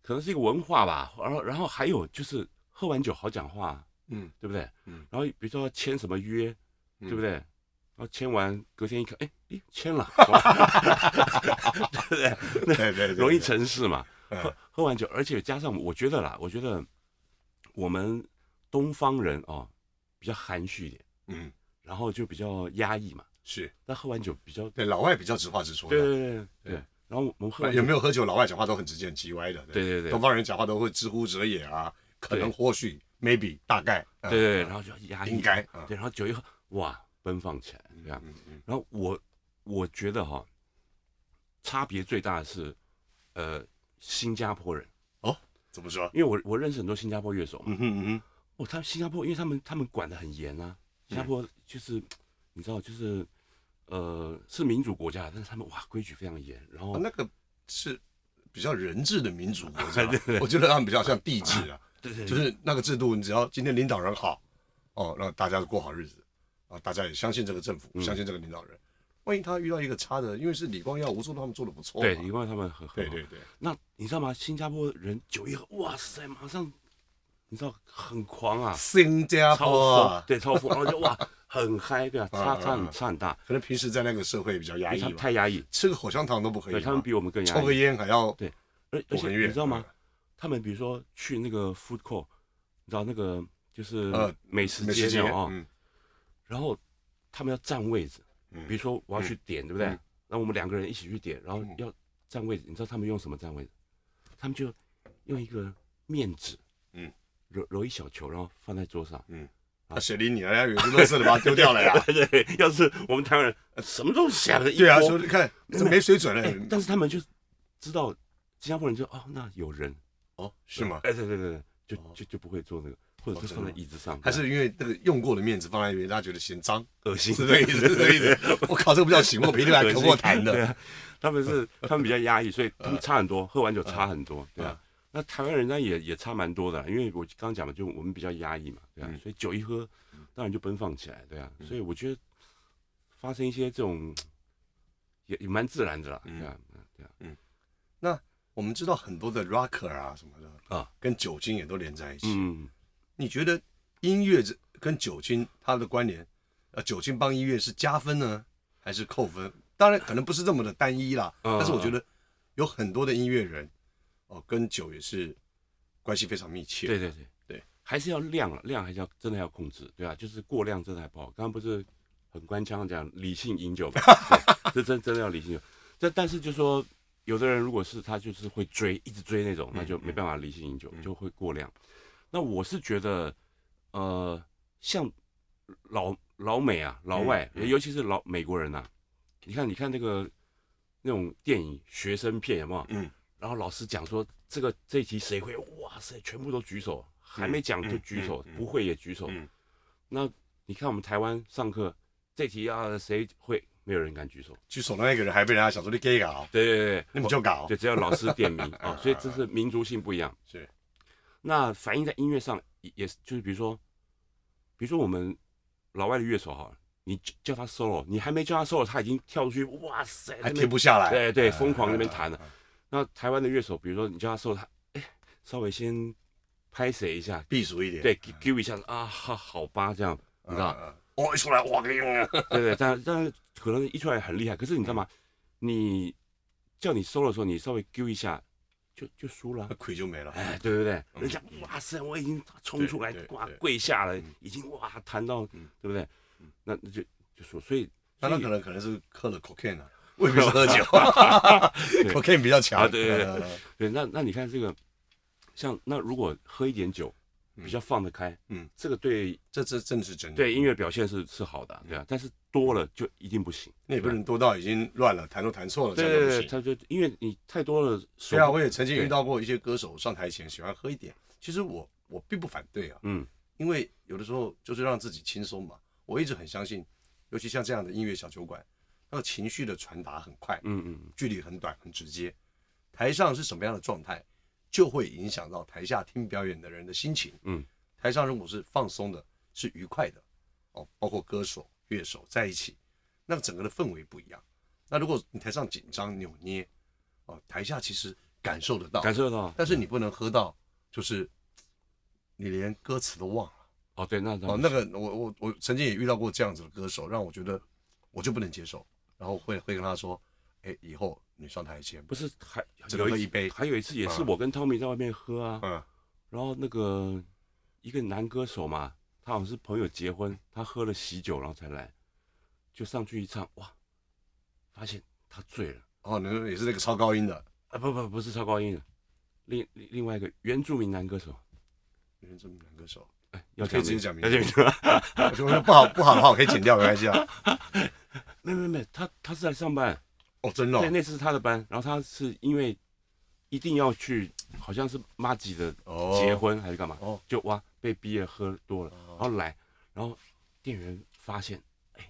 可能是一个文化吧，然后然后还有就是喝完酒好讲话，嗯，对不对？嗯然后比如说签什么约，嗯对不对？然后签完隔天一看，哎，哎，签 了，对不对？对对对，对容易，成事嘛。嗯喝喝完酒，而且加上我觉得啦，我觉得我们东方人哦比较含蓄一点，嗯，然后就比较压抑嘛。是但喝完酒比较对老外比较直话直说的，对对对对对对。然后我们喝那完有没有有喝酒，老外讲话都很直接、很叽歪的。对对对东方人讲话都会知乎者也啊，可能、对或许、maybe、大概。啊对对，对然后就压抑应该啊对，然后酒一喝哇奔放起来这样。嗯嗯然后我我觉得哈、差别最大的是呃新加坡人，怎么说？因为我我认识很多新加坡乐手嘛，嗯哼嗯哦，他们新加坡，因为他们他们管得很严啊。新加坡就是、你知道，就是呃是民主国家，但是他们哇规矩非常严，然后、啊哦哼，那个是比较人治的民主国家对 对，我觉得他们比较像帝制啊，对对对就是那个制度，你只要今天领导人好，哦，让大家过好日子啊，大家也相信这个政府，嗯相信这个领导人。万一他遇到一个差的，因为是李光耀、吴作栋他们做的不错嘛，对，因为他们很哦对很好对对，那你知道吗？新加坡人酒一喝，哇塞，马上你知道很狂啊，新加超坡疯，啊，对，超疯，然后就哇很嗨，对啊，差嗯差嗯很差很大，可能平时在那个社会比较因压为抑他吧们，太压抑，吃个口香糖都不可以对吗，他们比我们更压抽个抑。烟还要对而而我且很远你知道吗？他们比如说去那个 food court，你知道那个就是呃美食美街食街那种啊，嗯然后他们要占位置，嗯比如说我要去点，对不对嗯？那我们两个人一起去点，然后嗯要占位置，你知道他们用什么占位置？他们就用一个面纸，嗯，揉揉一小球，然后放在桌上。啊，谁理你啊？人家有些垃圾的把它丢掉了呀。 对对，要是我们台湾人什么东西啊，一对啊，锅说你 看没这没水准哎了，但是他们就知道新加坡人就哦，那有人哦，是吗？哎，对对对对，就哦就就不会做那个，或者哦是真放的在吗椅子上，还是因为那个用过的面子放在那边，大家觉得嫌 脏，恶心， 是这个意思，是这个意思。我靠，这个不叫醒目，比你还 恶跟心我谈 对的。嗯啊，他们 是他们比较压抑，所以他们差很多，喝完酒差很多，对啊。那台湾人呢也也差蛮多的，因为我刚刚讲嘛，就我们比较压抑嘛，对啊，嗯所以酒一喝，当然就奔放起来，对啊。所以我觉得发生一些这种也也蛮自然的啦，嗯对啊，对啊，我们知道很多的 rocker 啊什么的啊，跟酒精也都连在一起。嗯，你觉得音乐这跟酒精它的关联，呃，酒精帮音乐是加分呢，还是扣分？当然可能不是这么的单一啦， 嗯但是我觉得有很多的音乐人哦，跟酒也是关系非常密切。对对对对，还是要量了，量还是要真的要控制，对啊，就是过量真的还不好。刚刚不是很官腔地讲理性饮 酒嘛，对这真真的要理性饮酒。但但是就说有的人如果是他就是会追，一直追那种，嗯那就没办法理性饮酒，就会过量。那我是觉得，呃，像老老美啊，老外，嗯嗯尤其是老美国人呐、你看你看那个那种电影学生片有没有？嗯，然后老师讲说这个这一题谁会？哇塞，全部都举手，还没讲就举手，嗯嗯嗯嗯不会也举手。嗯那你看我们台湾上课这题啊，谁会？没有人敢举手。举手的那个人还被人家想说你 gay 搞，对对对，你们就搞对，，只要老师点 名啊，所以这是民族性不一样。是，那反映在音乐上也也是，就是比如说，比如说我们老外的乐手哈，你叫叫他 solo，你还没叫他 solo，他已经跳出去，哇塞，还那边停不下来，对 对，嗯疯狂那边弹啊嗯了。那台湾的乐手，比如说你叫他 solo，他哎，稍微先拍谁一下，避暑一点，对，give give 一下啊，好好吧，这样，你嗯，知道。嗯，我一出来，我 给你，对对，但但是可能一出来很厉害，可是你知道吗？你叫你收的时候，你稍微丢一下，就就输了那。腿就没了，哎，对不对？嗯人家哇塞，我已经冲出来对对，哇对跪下了嗯，已经哇弹到，嗯对不对？那那就就输，所以那所他以可能可能是嗑了 cocaine 啊，未必是喝酒 对，cocaine 比较啊强。对对对呃对，那那你看这个，像那如果喝一点酒，比较放得开，嗯，这个对这这真的是真的。对音乐表现是是好的啊，对啊，但是多了就一定不行。那也不能多到已经乱了，弹都弹错了，这对样都不对对，行。他就因为你太多了，对啊，我也曾经对遇到过一些歌手上台前喜欢喝一点，其实我我并不反对啊，嗯因为有的时候就是让自己轻松嘛。我一直很相信，尤其像这样的音乐小酒馆，那个情绪的传达很快，嗯嗯，距离很短，很直接。台上是什么样的状态，就会影响到台下听表演的人的心情。嗯，台上如果是放松的，是愉快的，哦，包括歌手、乐手在一起，那整个的氛围不一样。那如果你台上紧张扭捏，哦，台下其实感受得到，感受得到啊但是你不能喝到，就是你连歌词都忘了。哦，对，那哦，那个我我我曾经也遇到过这样子的歌手，让我觉得我就不能接受，然后会会跟他说，哎，以后你上台前不，是还只有喝次一杯啊还有一次也是我跟 Tommy 在外面喝啊，嗯，然后那个一个男歌手嘛，他好像是朋友结婚，他喝了喜酒然后才来，就上去一唱，哇，发现他醉了哦，你说也是那个超高音的，啊！不不不是超高音的，另另另外一个原住民男歌手，原住民男歌手，哎，要可以讲直接讲名要字讲名字吗，我说我说不好不好的话，我可以剪掉，没关系啊。没没没，他他是来上班，哦，真的哦对，，那次是他的班，然后他是因为一定要去，好像是妈吉的哦结婚还是干嘛，哦就哇被逼了喝多了，然后来，然后店员发现，哎，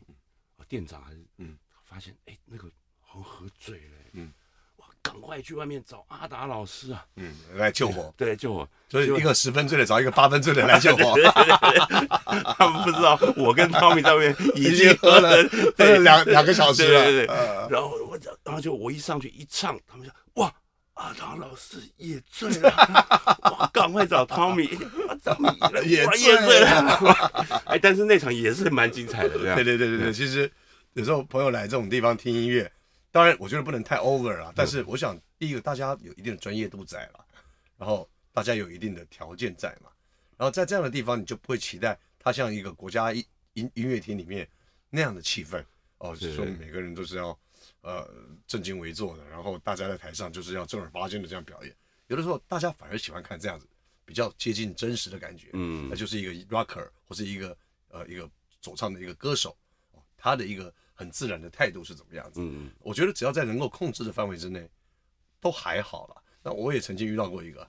哦店长还是嗯嗯发现，哎那个好像喝醉了，嗯嗯，哇赶快去外面找阿达老师啊，嗯，来救火，对，救我，所以就一个十分醉的找一个八分醉的来救火， 他们不知道我跟汤米在外面已已经经喝喝了了喝了两两个小时了，对对对呃然后我讲，然后就我一上去一唱，他们说哇，阿达老师也醉 了，哇，赶快找汤米，汤米也也醉了醉了，哎，但是那场也是蛮精彩的，这样对对对对对，其实有时候朋友来这种地方听音乐，当然我觉得不能太 over 嗯啊，但是我想第一个大家有一定的专业度在了，然后大家有一定的条件在嘛，然后在这样的地方你就不会期待它像一个国家音音音乐厅里面那样的气氛哦，是说每个人都是要呃正襟危坐的，然后大家在台上就是要正儿八经的这样表演，有的时候大家反而喜欢看这样子比较接近真实的感觉，嗯那就是一个 rocker 或是一个呃一个走唱的一个歌手，哦他的一个很自然的态度是怎么样子？嗯，我觉得只要在能够控制的范围之内，都还好了。那我也曾经遇到过一个，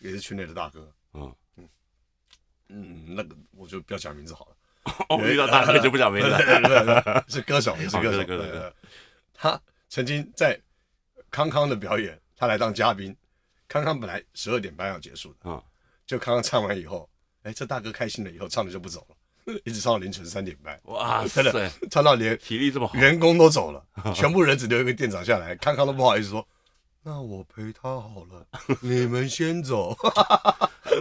也是群内的大哥，嗯，嗯，那个我就不要讲名字好了，哦，遇到大哥就不讲没了， 是歌手，也是哦歌手，是歌手对歌手对他曾经在康康的表演，他来当嘉宾。康康本来十二点半要结束的，啊，就康康唱完以后，哎，这大哥开心了以后，唱着就不走了， 一直唱到凌晨三点半，哇真的塞，唱到连体力这么好，员工都走了，全部人只留一个店长下来，康康都不好意思说，那我陪他好 了，你们先走，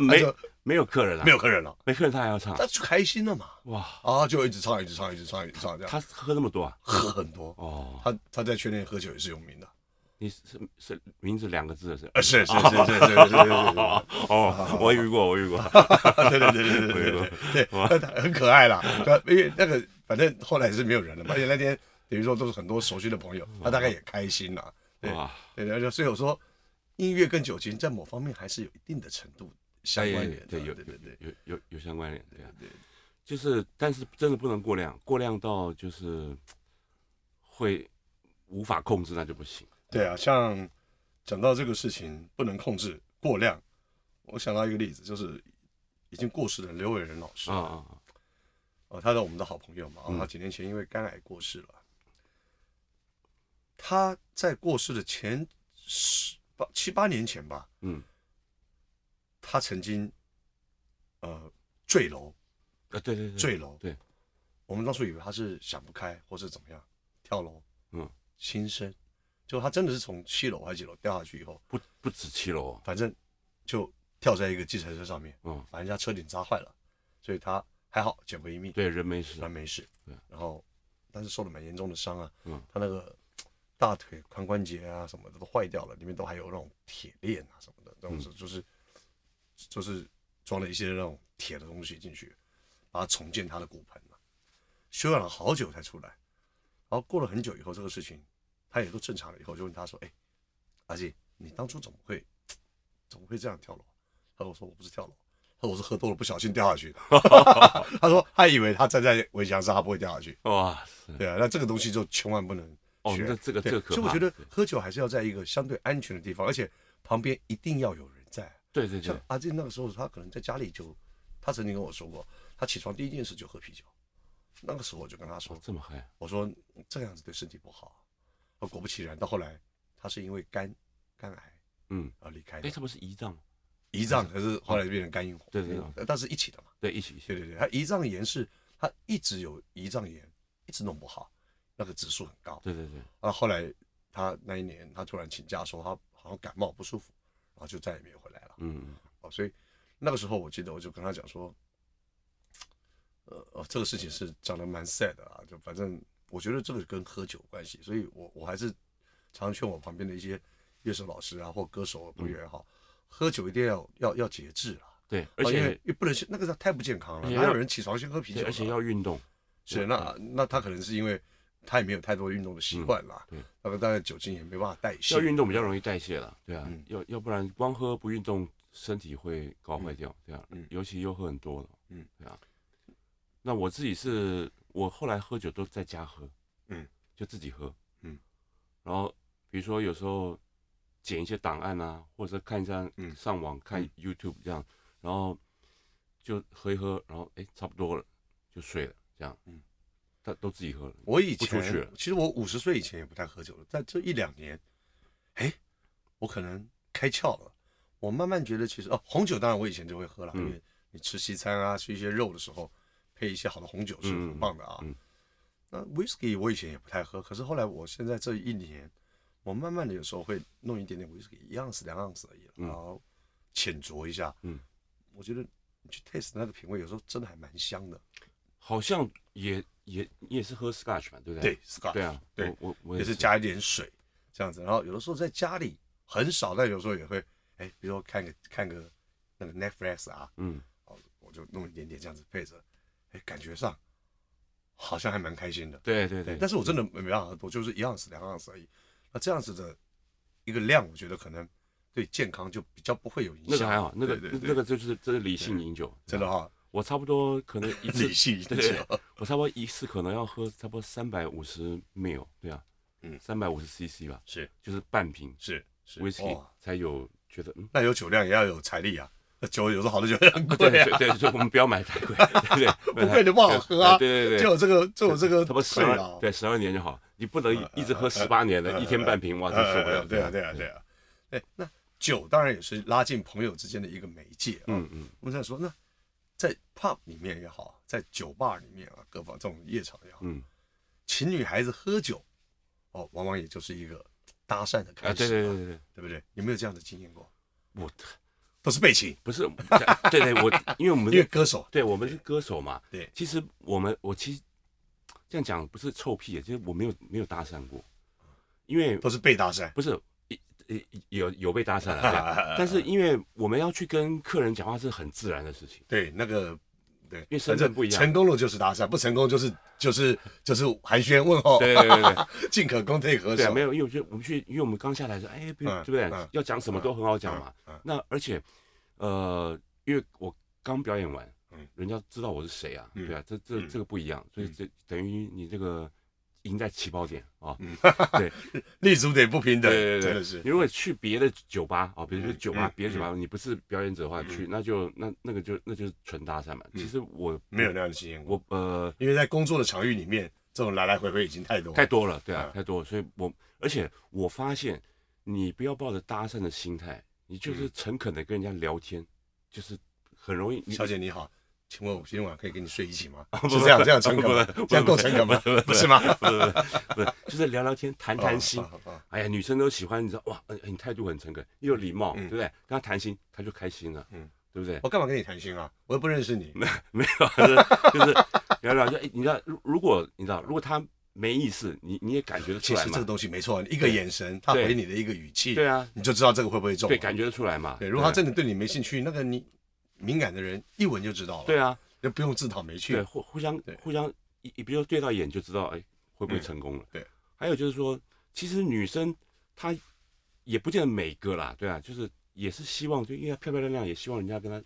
没 没有客人啊，嗯没有客人了，没客人他还要唱， 他就开心了嘛，哇，啊，就一直唱，一直唱，一直唱，一直唱，这样他喝那么多啊，喝很多，哦，他他在圈内喝酒也是有名的，你是是名字两个字的是吧？呃，是是是是是是是是是。 哦，我遇过，我 遇过，对对对对对对对，对，很可爱 啦。因为那个反正后来也是没有人了嘛，而且那天等于说都是很多熟悉的朋友，他大概也开心啦。对哇，对，然后所以我说，音乐跟酒精在某方面还是有一定的程度相关联的。对，有哎对对对有有有相关联，对啊，就是但是真的不能过量，过量到就是会无法控制，那就不行。对啊！像讲到这个事情不能控制过量，我想到一个例子，就是已经过世的刘伟仁老师啊啊啊！哦，他是我们的好朋友嘛，哦嗯他几年前因为肝癌过世了。他在过世的前十八七八年前吧，嗯，他曾经呃坠楼，啊对对对，坠楼。对，我们当初以为他是想不开或是怎么样，跳楼，嗯，轻生，就他真的是从七楼还是几楼掉下去以后，不不止七楼哦，反正就跳在一个计程车上面，嗯，把人家车顶砸坏了，所以他还好捡回一命，对，人没事然，没事对，然后但是受了蛮严重的伤啊，嗯，他那个大腿髋关节啊什么的都坏掉了，里面都还有那种铁链啊什么嗯的，这种是就是、就是装了一些那种铁的东西进去，把它重啊建他的骨盆嘛，休养了好久才出来，然后过了很久以后，这个事情他也都正常了以后，就问他说：“哎，阿姐，你当初怎么会怎么会这样跳楼？”他说：“我说我不是跳楼，他说我是喝多了不小心掉下去的。” 他说他以为他站在围墙上他不会掉下去。哇塞，对啊，那这个东西就千万不能哦，学。那这个这对个可怕。所以我觉得喝酒还是要在一个相对安全的地方，而且旁边一定要有人在。对对像对，阿健那个时候，他可能在家里就，他曾经跟我说过，他起床第一件事就喝啤酒。那个时候我就跟他说哦，这么嗨，我说这样子对身体不好。啊果不其然，到后来他是因为肝肝癌嗯，而离开哎，的，他不是胰脏，胰脏可是后来变成肝硬化。对对呃但是一起的嘛。对，一起一对起，对对，他胰脏炎是他一直有胰脏炎，一直弄不好，那个指数很高。对对对，啊，后来他那一年他突然请假说他好像感冒不舒服，然后就再也没有回来了。嗯，哦，所以那个时候我记得我就跟他讲说，呃，哦这个事情是讲的蛮 sad 的啊，就反正我觉得这个跟喝酒有关系，所以我我还是常劝我旁边的一些乐手老师啊或歌手朋友也好，喝酒一定要要要节制啊。对，而哦因且为因为不能是那个太不健康了，而且哪要有人起床先喝啤酒对的啊？而且要运动，是那那他可能是因为他也没有太多运动的习惯啦，对，那个当然酒精也没办法代嗯谢要。运动比较容易代谢了，对啊嗯，要要不然光喝不运动，身体会搞坏掉，对啊嗯，尤其又喝很多了，嗯，对啊。那我自己是，我后来喝酒都在家喝，嗯，就自己喝，嗯，然后比如说有时候剪一些档案啊，或者看一下嗯上网看 YouTube 这样，然后就喝一喝，然后哎差不多了就睡了，这样，嗯，但都自己喝了，我以不出去前了其实我五十岁以前也不太喝酒了，但这一两年，哎，我可能开窍了。我慢慢觉得其实哦，红酒当然我以前就会喝了，嗯因为你吃西餐啊，吃一些肉的时候，配一些好的红酒是嗯很棒的啊。嗯那 whisky 我以前也不太喝，可是后来我现在这一年，我慢慢的有时候会弄一点点 whisky，一盎司两盎司而已了，嗯然后浅酌一下。嗯，我觉得你去 taste 那个品味，有时候真的还蛮香的。好像也也你也是喝 Scotch 嘛，对不对？对，Scotch，对啊，对，我我我也是加一点水这样子。然后有的时候在家里很少，但有时候也会，哎，比如说看个看个那个 Netflix 啊，嗯，哦，我就弄一点点这样子配着，哎，感觉上好像还蛮开心的。对对对，但是我真的没办法喝多，就是一样是两样是而已。那这样子的一个量，我觉得可能对健康就比较不会有影响。那个还好，那个对对对那个就是真的理性饮酒，真的对啊。哈、我差不多可能一次理性饮 酒对，我差不多一次可能要喝差不多三百五十 ml，对啊，嗯三百五十 cc 吧，是就是半瓶是是 whisky 哇才有觉得嗯。那有酒量也要有财力啊。那酒有时候好的酒也很对贵对啊，对，所以我们不要买太贵，对对？不贵的不好喝啊。对对对对，就有这个就有这个差不多十困二扰。呃对十二年就好，你不能一直喝十八年的，一天半瓶，哇，这受不了。对啊，对啊，对啊。对，那酒当然也是拉近朋友之间的一个媒介啊。嗯嗯我们在说，那在 pub 里面也好，在酒吧里面啊，各方这种夜场也好，嗯，请女孩子喝酒，哦，往往也就是一个搭讪的开啊，对始、对对，对对，对不对？有没有这样的经验过？我都是被请，不是，对对，我因为我们因为歌手，对我们是歌手嘛，对其实我们我其实这样讲不是臭屁，就是我没有没有搭讪过，因为都是被搭讪。 不是一一有有被搭讪了，对但是因为我们要去跟客人讲话是很自然的 事情，对，那个。对，为身份反正不一样成功了就是搭讪，不成功就是就是就是寒暄问候，对对对对对 进可攻退可 对啊，守，没有，因为我觉得我们去，因为我们刚下来说，哎，不对嗯不对嗯？要讲什么都很好讲嘛嗯嗯。那而且，呃，因为我刚表演完嗯，人家知道我是谁啊，嗯对啊，这这嗯这个不一样，所以这等于你这个赢在起跑点啊。嗯 立足点不平等，对对对，真的是你如果去别的酒吧啊，比如说嗯酒吧嗯，别的酒吧，你不是表演者的话，嗯去那就那那个就那就是纯搭讪嘛。其实我没有那样的经验过。我呃因为在工作的场域里面，这种来来回回已经太多了。太多了，对啊嗯，太多了。所以我而且我发现，你不要抱着搭讪的心态，你嗯就是诚恳的跟人家聊天，就是很容易。你小姐你好，请问我今晚可以跟你睡一起吗？ 不是这样不这样诚恳吗不不？这样够诚恳吗不不？不是吗？ 不是不是，就是聊聊天，谈谈心哦。哦哦哎呀，女生都喜欢，你知道哇，呃你态度很诚恳，又有礼貌，嗯对不对？跟她谈心，她就开心了，嗯对不对？我干嘛跟你谈心啊？我又不认 识你。没有，啊就是就是聊聊，就哎，你知道，如如果你知道，如果他没意思，你你也感觉得出其来实这个嘛？东西没错，一个眼神，他回你的一个语气，对啊，你就知道这个会不会中。对，感觉得出来嘛？啊对，如果他真的对你没兴趣，那个你敏感的人一闻就知道了。对，啊，就不用自讨没对，趣。互互相对嗯互相，一比如对到眼就知道，哎，会不会成功了？对，还有就是说，其实女生她也不见得每个啦，对啊，就是也是希望，就因为她漂漂亮亮，也希望人家跟她，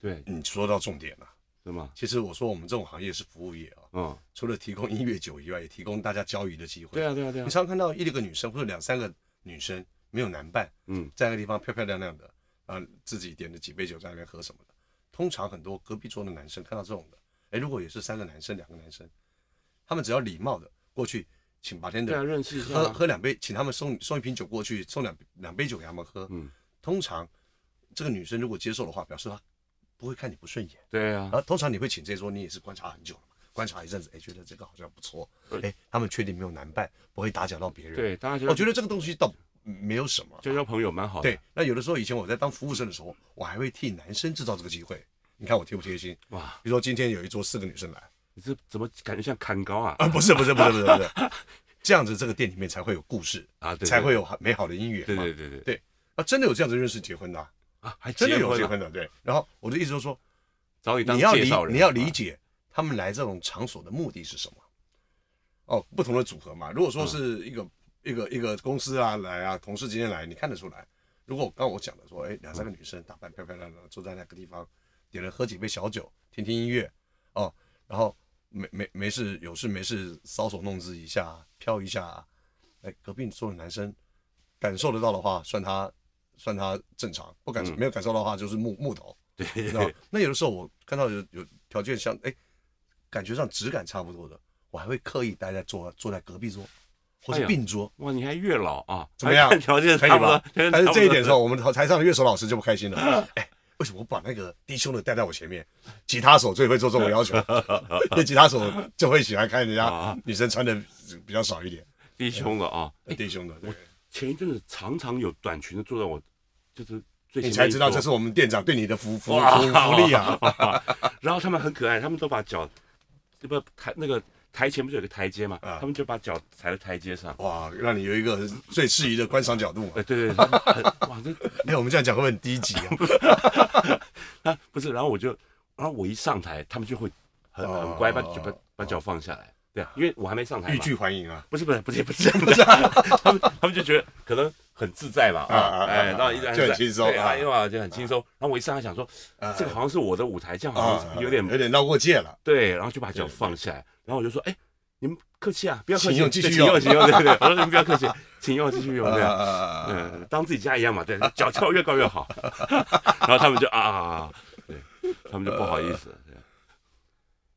对，你说到重点了、对吗？其实我说我们这种行业是服务业啊，嗯，除了提供音乐酒以外，也提供大家交易的机会。对啊，对啊，对啊你，常常看到一两个女生或者两三个女生没有男伴，嗯，在那个地方漂漂亮亮的，啊，自己点了几杯酒在那边喝什么的。通常很多隔壁桌的男生看到这种的，哎，如果也是三个男生、两个男生，他们只要礼貌的过去，请把天对啊，的认识一下喝啊，喝两杯，请他们送送一瓶酒过去，送两两杯酒给他们喝。嗯，通常这个女生如果接受的话，表示她不会看你不顺眼。对啊然，后通常你会请这桌，你也是观察很久了嘛，观察一阵子，哎，觉得这个好像不错，哎，他们确定没有男伴，不会打搅到别人。，对，大家就我觉得这个东西倒没有什么。交交朋友蛮好的，对，那有的时候以前我在当服务生的时候，我还会替男生制造这个机会。你看我贴不贴心？哇，比如说今天有一桌四个女生来，你这怎么感觉像砍高啊？啊，不是不是不是不是不是， 这样子这个店里面才会有故事，啊，对，才会有美好的姻缘对，嘛。对对对对对啊，真的有这样子认识结婚的啊、啊，还真的有结结婚婚了，的，对。然后我的意思就是说，找你当你要介理绍人，啊你要理解他们来这种场所的目的是什么。哦，不同的组合嘛。如果嗯说是一个、一个一个公司啊来啊，同事之间来，你看得出来。如果刚刚我讲的说，哎，两三个女生打扮漂漂亮亮，坐在那个地方，点了喝几杯小酒，听听音乐，哦，然后没没没事，有事没事搔首弄姿一下，飘一下。哎，隔壁坐的男生感受得到的话，算他算他正常；不嗯感受、没有感受到的话，就是木木头。啊对对知道对，那有的时候我看到有有条件像哎，感觉上质感差不多的，我还会刻意待在坐坐在隔壁桌或哎者呀并桌，哇，你还月老啊？怎么样还看 条件可以差不多吧？，但是这一点上，上，我们台上的乐手老师就不开 心了。哎，为什么我把那个低胸的带在我前面？吉他手最会做这种要求， 因为吉他手就会喜欢看人啊家女生穿的比较少一点，低胸的啊。低胸的。对前一阵子常常有短裙的坐在我，就是最前面你才知道一桌这是我们店长对你的福福哇福福利啊！然后他们很可爱，他们都把脚，不台那个台前不是有个台阶嘛，啊他们就把脚踩在台阶上。哇，让你有一个最适宜的观赏角度嘛呃，。对对，他们很哇，这哎，我们这样讲会不会很低级啊？啊不是，然后我就，然后我一上台，他们就会很很乖，把哦把把脚放下来。对啊，因为我还没上台欲嘛。拒还迎啊！不是不是不 是不是不是，他们他们就觉得可能很自在嘛，啊啊啊，哎，然啊后一直就很轻松对啊哎呦就很轻松。然后我一上来想说，这个好像是我的舞台，这样好啊像，有点有点绕过界了。对，然后就把脚放下来，然后我就说，哎，你们客气啊，不要客气，请用继续对请用，用请用，对对，我说你们不要客气，请用，继续用，对。啊嗯，当自己家一样嘛，对，脚翘越高越好。 然后他们就啊，对，他们就不好意思，对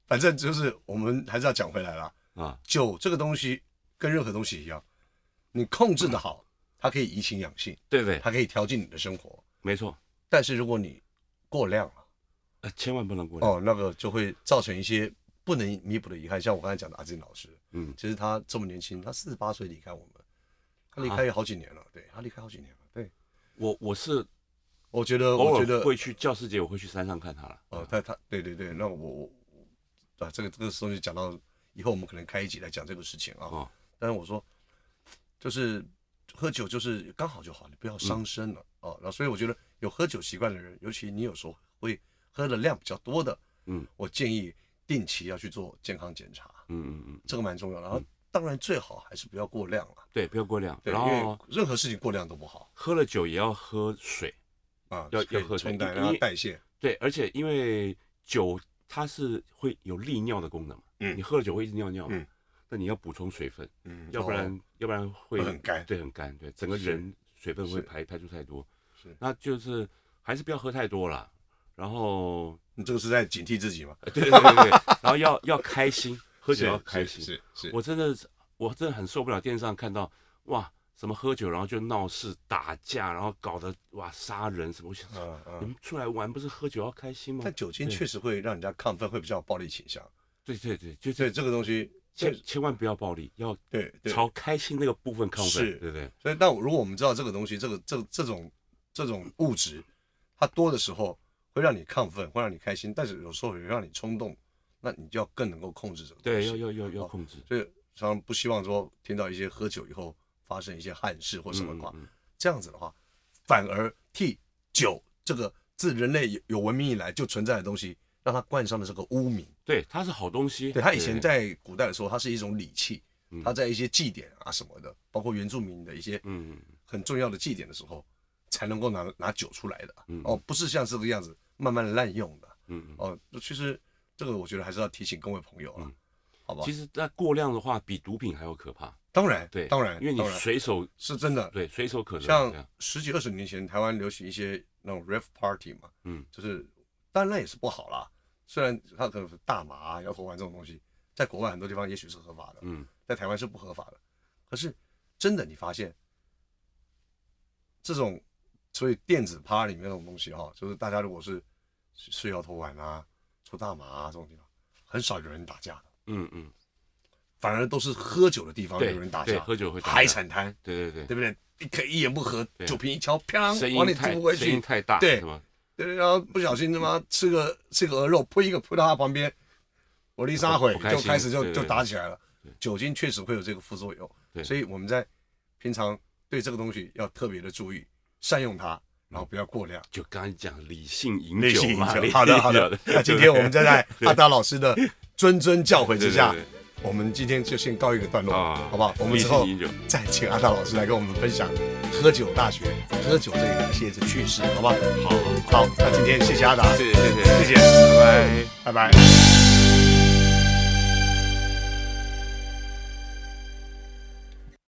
反正就是我们还是要讲回来啦。啊，酒这个东西跟任何东西一样，你控制的好，嗯它可以怡情养性，对对，它可以调剂你的生活。没错，但是如果你过量了，呃千万不能过量，哦，那个就会造成一些不能弥补的遗憾。像我刚才讲的阿金老师，嗯其实他这么年轻，他四十八岁离开我们，他啊离开也好几年了，对他离开好几年了，对。我我是我觉得，偶我觉尔得会去教师节，我会去山上看他了。哦，他他对对对，那我我我啊，这个这个东西讲到以后，我们可能开一集来讲这个事情啊。哦但是我说，就是喝酒就是刚好就好，你不嗯要伤身了、哦。然后所以我觉得有喝酒习惯的人，尤其你有时候会喝的量比较多的，嗯，我建议定期要去做健康检查，嗯嗯嗯，这个蛮重要。然后当然最好还是不要过量了，对，不要过量。对，然因为后任何事情过量都不好喝了酒也要喝水，啊，要可以要喝水冲淡因让它为代谢。对，而且因为酒它是会有利尿的功能嘛，嗯你喝了酒会一直尿尿嘛，嗯那你要补充水分，嗯要不然、哦要不然会会很干对，很干，对，整个是人水分会是排排出太多，是那就是还是不要喝太多啦。然后， 你这个是在警惕自己嘛？呃对对对 对，然后要要开心，喝喝酒要开心，是是。是我真的是，我真的很受不了电视上看到哇，什么喝酒然后就闹事、打架，然后搞得哇杀人什么。我想说，嗯嗯你们出来玩不是喝酒要开心吗但？酒精对确实会让人家亢奋，会比较有暴力倾向。对对对，就所以是这个东西，千千万不要暴力，要对对。朝开心那个部分亢奋，是对不对？所以，但如果我们知道这个东西，这个这这种这种物质，它多的时候会让你亢奋，会让你开心，但是有时候也让你冲动，那你就要更能够控制这个东对，西。要要要要哦控制。所以常常不希望说听到一些喝酒以后发生一些憾事哦或什么的话，嗯嗯嗯这样子的话，反而替酒这个自人类有有文明以来就存在的东西，让它冠上了这个污名。对，它是好东西。对他以前在古代的时候，它是一种礼器，嗯他在一些祭典啊什么的，包括原住民的一些嗯很重要的祭典的时候，才能够拿拿酒出来的嗯。哦，不是像这个样子慢慢滥用的。嗯，哦，其实这个我觉得还是要提醒各位朋友了，好吧其？实那过量的话，比毒品还要可怕。当然，对，当然，因为你当然随手是真的，对随手可得，这像样十几二十年前，台湾流行一些那种 rave party 嘛，嗯就是当然那也是不好啦。虽然它可能是大麻、啊、摇头丸这种东西，在国外很多地方也许是合法的，嗯在台湾是不合法的。可是真的，你发现这种所以电子趴里面那种东西哈、就是大家如果是吃摇头丸啊、抽大麻啊这种地方，很少有人打架的，嗯嗯，反而都是喝酒的地方对有人打对架，喝酒会打架海产摊，对对对不对？一可一言不合，对酒瓶一敲，对，声砰，往音你吐太回声音嗯去，太大，对是吧？对，然后不小心他妈吃个吃个鹅肉，扑一个扑到他旁边，我立撒悔不开就心开始就对对就对打起来了。酒精确实会有这个副作用，对所以我们在平常对这个东西要特别的注意，善用它，然后不要过量。就刚才讲理性饮酒嘛， 理性饮好的好的。那今天我们在站在阿达老师的谆谆教诲之下对对，我们今天就先告一个段落，啊好不好？我们之后理性饮酒再请阿达老师来跟我们分享喝酒大学、喝酒这个一些的趣事，好不好？好，好，那今天谢谢阿达，谢谢谢谢谢谢，拜拜。拜拜。